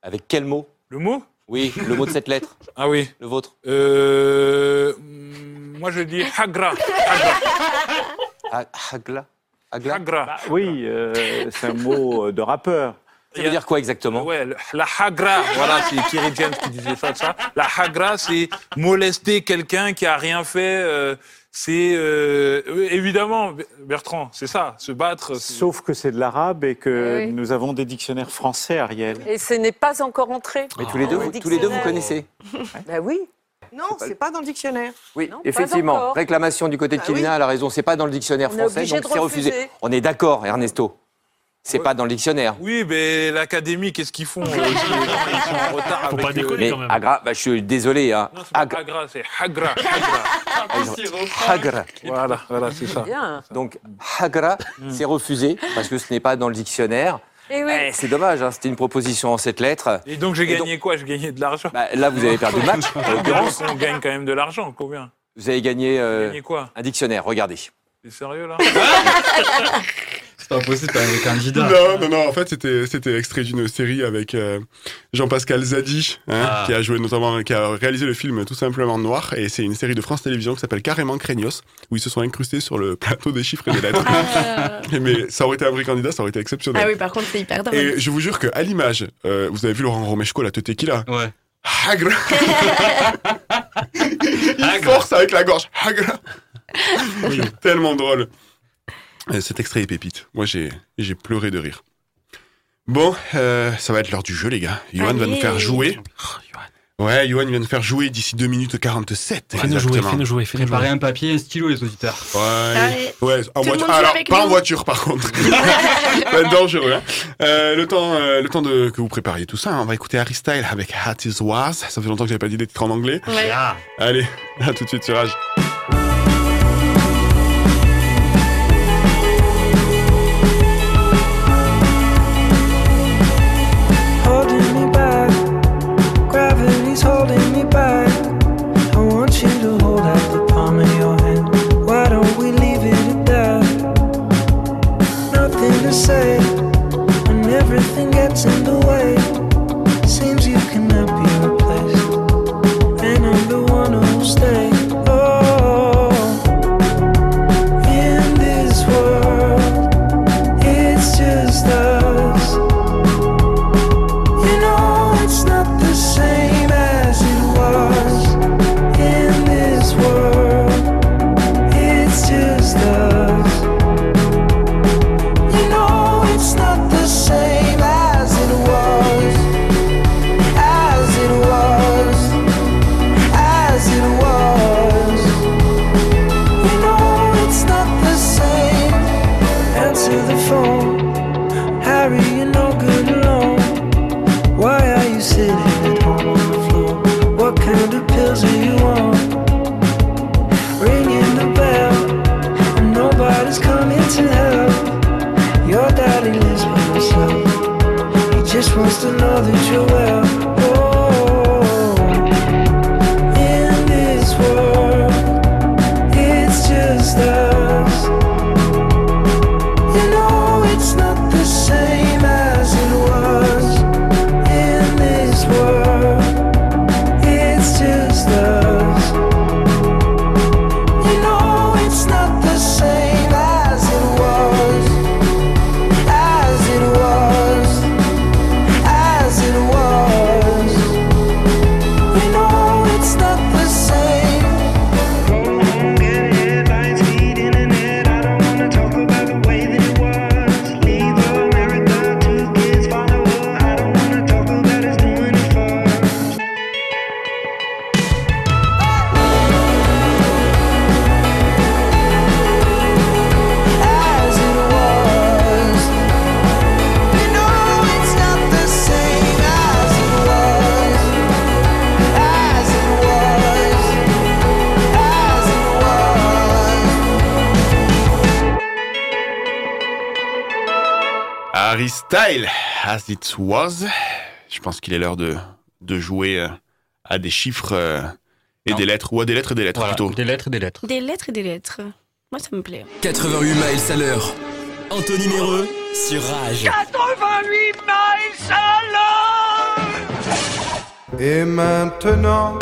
Avec quel mot
Le mot
Oui, le mot de cette lettre.
Ah oui.
Le vôtre
Euh. mm, Moi, je dis Hagra.
Ha- Ah, Hagla Hagla
oui,
euh, c'est un mot de rappeur. Ça veut dire quoi exactement
Ouais, le- la hagra, voilà, c'est Kerry James qui disait ça, tout ça. La hagra, c'est molester quelqu'un qui a rien fait. euh, c'est euh, oui, évidemment, Bertrand, c'est ça, se battre.
Sauf que c'est de l'arabe et que
Eh oui.
nous avons des dictionnaires français, Ariel.
Et ce n'est pas encore entré.
Mais tous les deux,
dans le
vous- tous les deux, vous
dictionnaire.
connaissez.
Ben
Bah oui.
Non, c'est pas dans le dictionnaire.
Oui,
Non, pas
effectivement.
encore.
Réclamation du côté de
Ah
Kilina,
oui.
elle a raison. C'est pas dans le dictionnaire
On est
français,
obligé
donc
de
c'est refusé.
refuser.
On est d'accord, Ernesto. C'est pas dans le dictionnaire.
Oui, mais l'académie, qu'est-ce qu'ils font euh, Ils sont ils sont en retard. avec, euh,
mais Agra, bah, je suis désolé. Hein.
Non, c'est pas Hagra, c'est
<laughs>
Hagra. Hagra.
Hagra.
Voilà, voilà, c'est ça. Mm.
Bien.
Donc, Hagra, c'est refusé parce que ce n'est pas dans le dictionnaire.
Et oui.
Eh, c'est dommage, hein, c'était une proposition en sept lettres. Bah,
Et donc j'ai gagné quoi J'ai gagné de l'argent.
Là, vous avez perdu le match,
<laughs>
en l'occurrence.
On gagne quand même de l'argent, combien
Vous avez gagné, euh,
Gagné quoi
un dictionnaire, regardez.
T'es sérieux là
C'est pas possible, t'as un candidat.
Non, non, non, en fait, c'était c'était extrait d'une série avec euh, Jean-Pascal Zadi, hein,
Ah.
qui a joué notamment, qui a réalisé le film Tout simplement Noir, et c'est une série de France Télévisions qui s'appelle Carrément Craignos, où ils se sont incrustés sur le plateau des chiffres et
<laughs>
des lettres. <laughs> Mais ça aurait été un vrai candidat, ça aurait été exceptionnel.
Ah oui, par contre, c'est hyper drôle.
Et je vous jure qu'à l'image, euh, vous avez vu Laurent Romeshko, la tête qui là
Ouais.
<laughs>
Hagra Il force avec la gorge. Hagra Tellement drôle. Euh, Cet extrait est pépite. Moi, j'ai j'ai pleuré de rire. Bon, euh, ça va être l'heure du jeu, les gars. Johan va
Allez.
nous faire jouer.
Oh,
Ouais, Johan va nous faire jouer d'ici 2 minutes 47.
Fais-nous jouer,
exactement.
fais-nous jouer, fais-nous jouer.
Préparez un papier, un stylo, les auditeurs.
Ouais, ouais en
Tout le monde
voiture.
joue
Alors,
avec
pas en
nous.
voiture par
<laughs>
contre. Pas dangereux. hein. Euh, le temps, euh, le temps de, que vous prépariez tout ça, hein. on va écouter Harry Style avec Hat is Was. Ça fait longtemps que j'avais pas dit des titres en anglais.
Ouais. Yeah.
Allez, <laughs> à tout de suite, tirage.
holding me back. Gravity's holding me back. I want you to hold out the palm of your hand. Why don't we leave it at that? Nothing to say when everything gets in the way. Seems you cannot be replaced, and I'm the one who'll stay. Oh.
Oh,
Harry Style, As It Was. Je pense qu'il est l'heure de, de jouer euh, à des chiffres euh, et des lettres, ou à des lettres et des lettres plutôt. Des lettres et des lettres.
Des lettres et des lettres. Moi, ça me plaît.
88 miles à l'heure. Anthony Méreux sur Rage.
88 miles à
Et maintenant.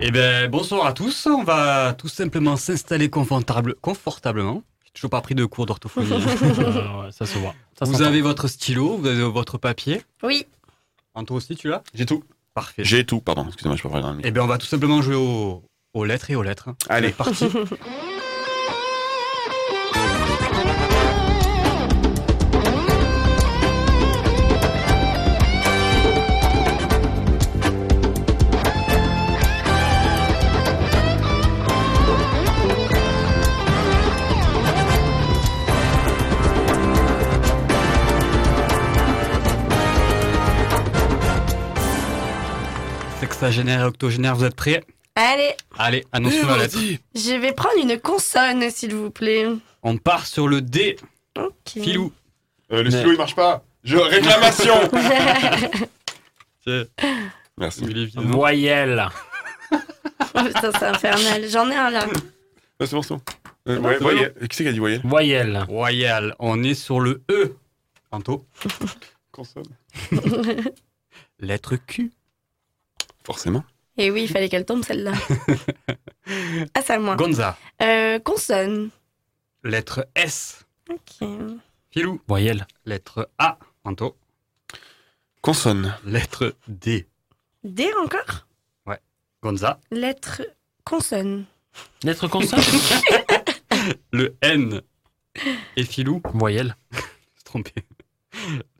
Eh ben, bonsoir à tous. On va tout simplement s'installer confortable, confortablement. J'ai toujours pas pris de cours d'orthophonie.
<laughs> ça se voit.
vous avez votre stylo, vous avez votre papier.
Oui.
Anto aussi, tu l'as
J'ai tout.
Parfait.
J'ai tout, pardon, excusez-moi, je peux pas parler dans le micro.
Eh bien, on va tout simplement jouer au- aux lettres et aux lettres.
Allez.
C'est parti. Sexagénaire et octogénaire, vous êtes prêts
Allez,
Allez, annonce-nous la lettre.
je vais prendre une consonne, s'il vous plaît.
On part sur le D.
Ok. <laughs>
Filou.
Euh, le stylo, il marche pas.
<laughs>
Je réclamation.
Oh,
Merci.
Voyelle.
Putain, c'est infernal. J'en ai un là.
c'est bon, c'est bon.
C'est bon,
ouais,
c'est bon.
voyelle. Qui c'est qui a dit voyelle
Voyelle. Voyelle. On est sur le E. Anto.
<laughs> Consonne.
Lettre Q.
Forcément.
Et Eh oui, il fallait qu'elle tombe
<laughs>
celle-là. Ah, c'est à moi.
Gonza.
Euh, consonne.
Lettre S.
Ok.
Filou.
Voyelle.
Lettre A. Anto.
Consonne.
Lettre D.
D encore
Ouais. Gonza.
Lettre consonne.
Lettre consonne.
Le N. Et Filou.
Voyelle.
Je suis trompé.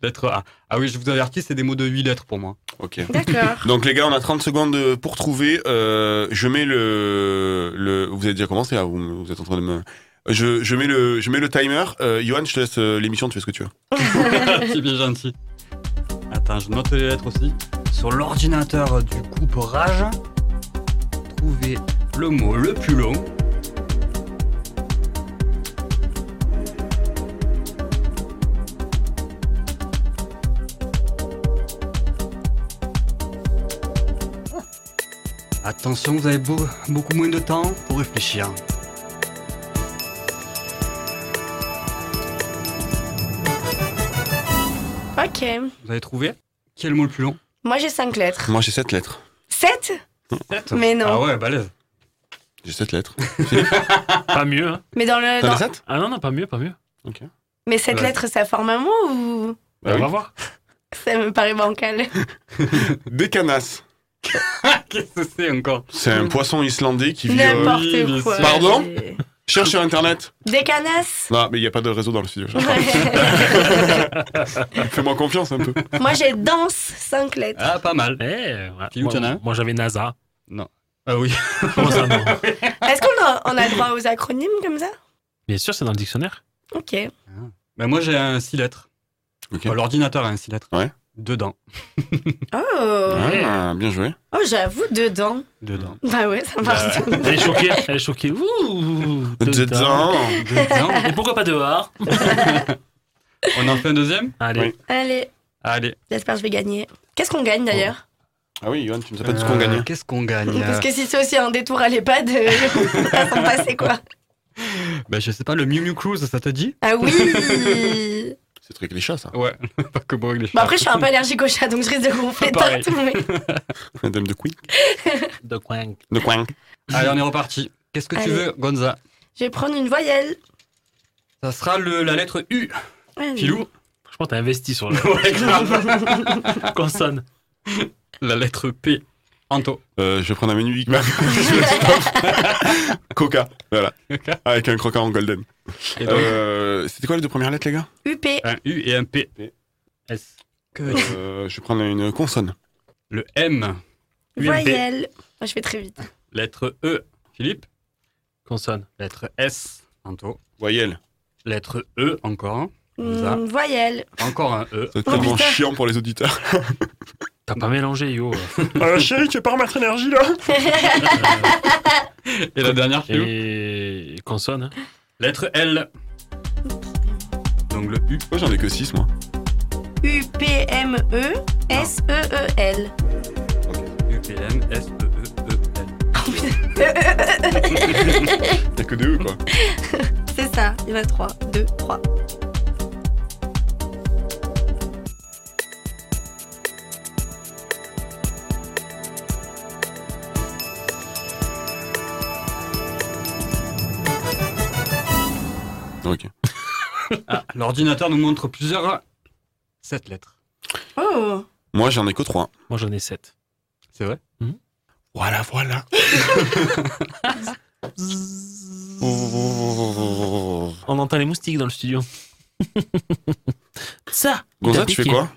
Lettre A. Ah oui, je vous avertis, c'est des mots de 8 lettres pour moi.
Ok.
<laughs>
D'accord.
Donc les gars, on a 30 secondes pour trouver. Euh, je mets le, le- Vous avez déjà commencé là Vous, me- vous êtes en train de me. Je, je mets le je mets le timer. Euh, Johan, je te laisse euh, l'émission. Tu fais ce que tu veux.
c'est bien gentil. Attends, je note les lettres aussi. Sur l'ordinateur du coupe rage, trouvez le mot le plus long. Attention, vous avez beau- beaucoup moins de temps pour réfléchir.
Ok.
Vous avez trouvé Quel mot le plus long
Moi, j'ai cinq lettres.
Moi, j'ai 7 lettres.
7 Mais non.
Ah ouais, balèze.
J'ai 7 lettres.
pas mieux. Hein.
Mais dans le. dans-
Ah non, non, pas mieux, pas mieux.
Ok.
Mais cette
Ouais.
lettre, ça forme un mot ou.
Bah, on va voir.
Ça me paraît bancal.
Des canasses.
<laughs> Qu'est-ce que c'est encore
C'est un poisson islandais qui vit.
N'importe Oui, mais quoi. c'est-
Pardon Cherche sur internet.
Des
<laughs>
canasses
Non, mais il n'y a pas de réseau dans le
<laughs>
studio. je- Fais-moi confiance un peu.
Moi, j'ai danse cinq lettres.
Ah, pas mal.
moi,
t'en as un
moi, j'avais NASA.
Non. Ah oui.
Comment <laughs> ça, non
Ah.
Est-ce qu'on a, on a droit aux acronymes comme ça
Bien sûr, c'est dans le dictionnaire.
Ok.
Bah moi j'ai un 6 lettres. Enfin, L'ordinateur a un 6 lettres.
Ouais.
Dedans.
<laughs> Oh
Ah, bien joué.
Oh, j'avoue, dedans.
Dedans.
Bah ouais, ça marche.
Elle est choquée, elle est choquée. Ouh,
Dedans.
Et pourquoi pas dehors
On en fait un deuxième
Allez.
<laughs> Allez,
Allez.
j'espère que je vais gagner. Qu'est-ce qu'on gagne d'ailleurs
Ah oui, Johan, tu ne sais
pas
de ce qu'on gagne.
Euh, Qu'est-ce qu'on
Oh.
gagne
Parce que si c'est aussi un détour à l'EHPAD, <laughs> euh, on peut pas s'en passer quoi.
Bah je sais pas, le Miu Miu Cruise, ça t'a dit
Ah oui
C'est truc les chats, ça.
Ouais, pas que bon avec les
<laughs> Bah
chats.
après, je suis un peu allergique au chat, donc je risque de gonfler
Pareil.
partout. mais-
<laughs> Madame de Quink.
De coin.
De Quink.
Allez, on est reparti. Qu'est-ce que tu
Allez.
veux, Gonza
Je vais prendre une voyelle.
Ça sera le- la lettre U.
Allez.
Filou
Franchement, t'as investi sur le.
Ouais,
grave. Consonne.
La lettre P. Anto.
Euh, je vais prendre un menu <laughs> Big Mac. Je le
<laughs>
stoppe. Coca, voilà. Avec un croquant en golden.
Et donc
Euh, C'était quoi les deux premières lettres, les gars
UP.
Un U et un P.
S.
Euh, Je vais prendre une consonne.
Le M.
Voyelle. Moi, Je vais très vite.
Lettre E. Philippe
Consonne.
Lettre S. Anto.
Voyelle.
Lettre E encore. Gonza.
Hmm, voyelle.
Encore un E.
C'est
Oh,
tellement
putain.
chiant pour les <laughs> auditeurs.
T'as pas mélangé, yo.
Ah, chérie, tu veux pas remettre énergie là
Et la dernière, Philou
Et consonne. hein.
Lettre L. Donc le U.
Moi, j'en ai que 6, moi.
E U-P-M-E-S-E-E-L.
UPM, S, E, E, E, L.
T'as que deux, quoi.
C'est ça, il y en a 3, 2, 3.
Ok.
Ah, L'ordinateur nous montre plusieurs. 7 lettres.
Oh
Moi, j'en ai que 3.
Moi, j'en ai 7.
C'est vrai
Voilà, voilà.
On entend les moustiques dans le studio. <laughs> Ça
Gonza,
t'as
tu fais
piqué.
quoi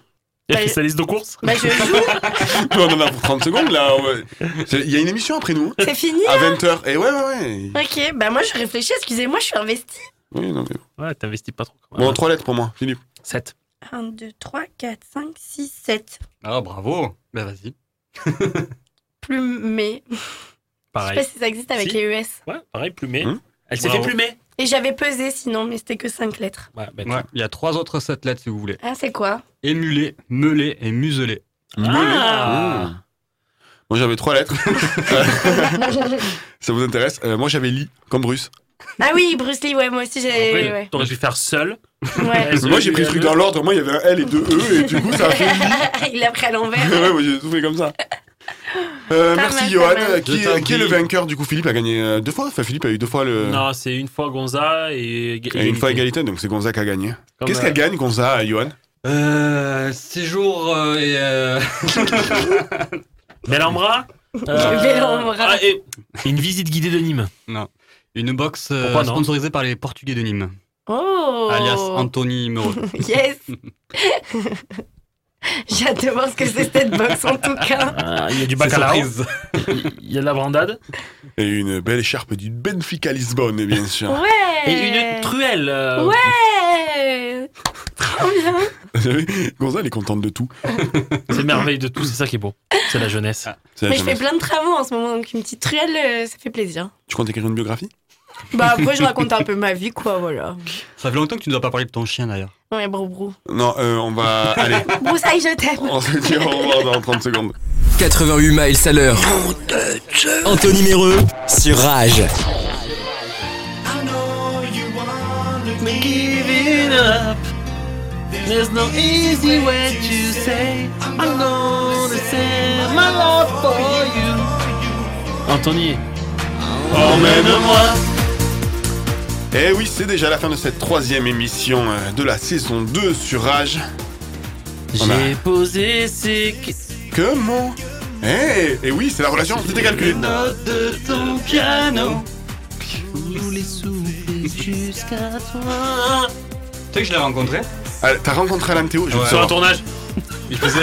Elle fait sa liste de courses
Bah, je joue,
On en a pour 30 secondes, là. on va- C'est- Il y a une émission après nous.
c'est fini
À 20h. Et ouais, ouais, ouais.
Ah.
Ok, bah moi je réfléchis, excusez-moi, je suis investie.
Oui, non, mais...
Ouais, t'investis pas trop. quand même.
Bon, 3 lettres pour moi, Philippe.
7.
1, 2, 3, 4, 5, 6, 7.
Ah, bravo Bah vas-y.
<laughs> Plumé. Je sais
Pareil.
pas si ça existe avec
Si.
les US.
Ouais, pareil, plumé.
Hum.
Elle s'est fait
Bravo.
plumer.
Et j'avais pesé sinon, mais c'était que 5 lettres.
Ouais, bête.
Ouais, il y a trois autres 7 lettres si vous voulez.
Ah, c'est quoi
Émulé, meulé et muselé.
Ah.
Mmh. Moi, j'avais 3
<laughs>
lettres. Ça vous intéresse Euh, Moi, j'avais Lee, comme Bruce.
Ah oui, Bruce Lee, ouais, moi aussi j'ai.
Après,
Ouais.
T'aurais dû faire seul.
<laughs>
ouais.
Moi, j'ai pris le truc dans l'ordre. Moi, il y avait un L et deux E. Et du coup,
<laughs>
ça a fait Lee.
Il l'a pris à l'envers.
ouais, moi, j'ai tout fait comme ça. Euh,
Pas
merci
mal,
Johan.
pas mal.
Qui,
Je t'en
qui est le
prie.
vainqueur du coup Philippe a gagné euh, deux fois. Enfin Philippe a eu deux fois le.
Non, c'est une fois Gonza et,
Et une fois égalité, donc c'est Gonza qui a gagné.
Comme,
Qu'est-ce
euh,
qu'elle gagne Gonza à Johan
Euh. Séjour euh, et. euh,
Bellambra.
Bellambra.
ah, et une visite guidée de Nîmes.
Une box euh,
Pourquoi non
sponsorisée par les Portugais de Nîmes,
Oh
alias
<laughs>
Anthony Meureau.
<laughs>
Yes J'ai hâte de voir ce que c'est cette box en tout cas.
Ah, Il y a du
C'est
bacalao.
surprise.
Il y a de la brandade.
Et une belle écharpe du Benfica Lisbonne,
<laughs>
bien sûr. <laughs>
Ouais
Et une Euh, truelle. euh,
Ouais Trop bien
Vous avez vu Gonza, elle est contente de tout.
C'est merveille de tout, c'est ça qui est beau. C'est la jeunesse.
C'est la
Mais je fais
jeunesse.
plein de travaux en ce moment, donc une petite truelle, euh, ça fait
<laughs>
plaisir.
Tu comptes écrire une biographie
Bah après, je raconte un peu ma vie, quoi, voilà.
Ça fait longtemps que tu ne nous as pas parlé de ton chien d'ailleurs.
Ouais, brou brou.
Non, euh,
<laughs>
on va. Allez,
Broussaille, je t'aime
<laughs> on se dit au revoir dans 30 secondes.
88 miles à l'heure. Anthony Méreux sur Rage.
There's no easy way to say I'm gonna send my love for you.
Anthony,
Emmène-moi Eh oui, c'est déjà la fin de cette troisième émission euh, de la saison 2 sur Rage. On a-
j'ai posé ces
Comment Eh eh oui, c'est la relation, c'était calculé.
Note de ton piano. Tous les souffler jusqu'à toi.
Tu sais que je l'ai rencontré
Allez, Ah, T'as rencontré Alain Théo je veux
Ouais.
sur
savoir.
un tournage.
Il faisait.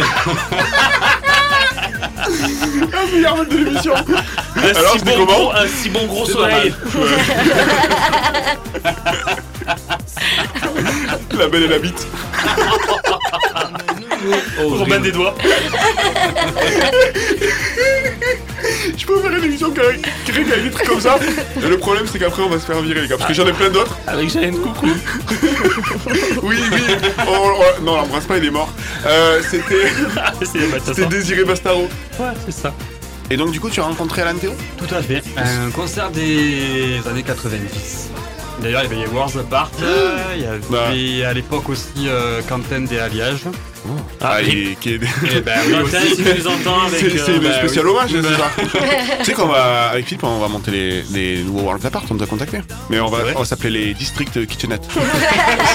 meilleur mode de l'émission.
Un
Alors,
si
c'était
bon
comment
gros, un si bon gros
C'est
soleil.
La belle et la <laughs> bite.
Robin des doigts.
Je peux faire une émission qui qui régale des trucs comme ça. Et le problème, c'est qu'après, on va se faire virer, les gars. Parce que j'en ai plein d'autres.
Avec Jalen Coucou.
<laughs> Oui, oui. on- on- non, l'embrasse pas, il est mort. Euh, c'était
c'est les bâtards.
c'était Désiré Bastaro.
Ouais, c'est ça.
Et donc, du coup, tu as rencontré Alan Théo
Tout à fait. Un concert des années 90. D'ailleurs, il y avait Wars
<gasps>
Apart, euh, il y
Bah,
avait à l'époque aussi euh, Quentin des Alliages.
Ah,
oui.
il est- qui est-
Et ben, oui,
Quentin,
<laughs>
aussi.
si tu nous entends avec.
C'est c'est
euh,
le
bah,
spécial
oui.
hommage, c'est ça <laughs> Tu sais qu'on va, avec Philippe, on va monter les, les nouveaux Worlds Apart, on nous a contactés. Mais on va,
C'est vrai
on va s'appeler les District Kitchenette.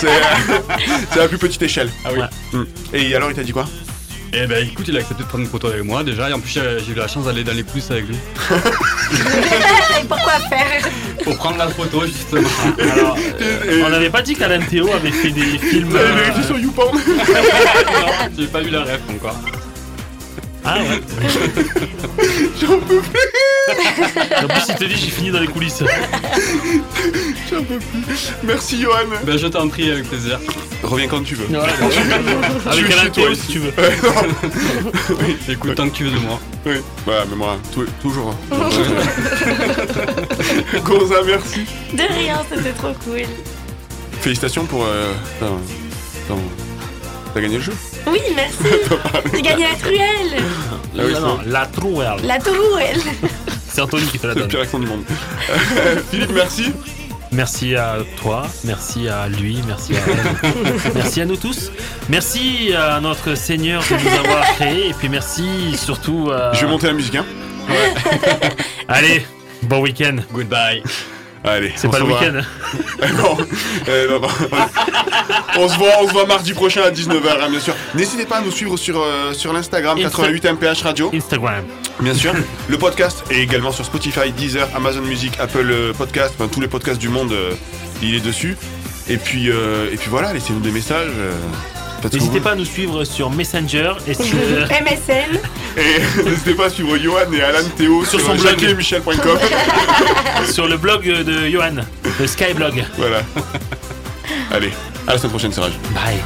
c'est euh, c'est à la plus petite échelle.
Ah oui.
Ouais.
Mm. Et alors, il t'a dit quoi
Et ben écoute, il a accepté de prendre une photo avec moi déjà, et en plus euh, j'ai eu la chance d'aller dans les coulisses avec lui
<laughs> Et pourquoi faire
pour prendre la photo justement.
Alors, euh, on n'avait pas dit qu'Alain Théo avait
<laughs>
fait des films.
Vous avez
euh,
vérifié Eh, sur YouPorn <laughs>
non, j'ai pas eu la ref encore.
Ah ouais.
J'en peux
En plus, il te dit, j'ai fini dans les coulisses.
J'en peux plus. Merci Johan.
Ben je t'en prie avec plaisir.
Reviens quand tu veux.
Avec
chez
Alain
toi
Théo,
ici.
si tu veux.
Ouais, non,
Écoute tant que tu veux de moi.
oui. Bah, mais moi, tou- toujours. Gonza, merci.
De rien, c'était trop cool.
Félicitations pour. euh, t'as- t'as- T'as gagné le jeu
Oui, merci. J'ai gagné la truelle.
Ah oui,
Non, non,
c'est-
la trouelle.
La truelle.
C'est Anthony qui fait
<laughs>
la
C'est le
donne.
pire accent du monde. Euh, Philippe, merci.
Merci à toi, merci à lui, merci à elle, merci à nous tous, merci à notre Seigneur de nous avoir créés, et puis merci surtout à.
Je vais monter la musique, hein.
Allez, bon week-end.
Goodbye.
Allez,
C'est
on
pas
se
le
voit.
week-end.
Eh <laughs> non, eh non, non. on se voit, on se voit mardi prochain à 19h, hein, bien sûr. N'hésitez pas à nous suivre sur, euh, sur l'Instagram
Insta-
88MPH Radio.
Instagram.
Bien sûr. Le podcast est également sur Spotify, Deezer, Amazon Music, Apple euh, Podcast, enfin, tous les podcasts du monde, euh, il est dessus. Et puis, euh, et puis voilà, laissez-nous des messages. euh, faites ce que vous
N'hésitez
voulez.
pas à nous suivre sur Messenger et sur. euh,
MSN.
Et <laughs> n'hésitez pas à suivre Johan et Alan Théo sur,
Sur son blog.
michel.com.
sur le blog de Johan, le Skyblog.
<laughs> Voilà. Allez, à la semaine prochaine, Serge.
Bye.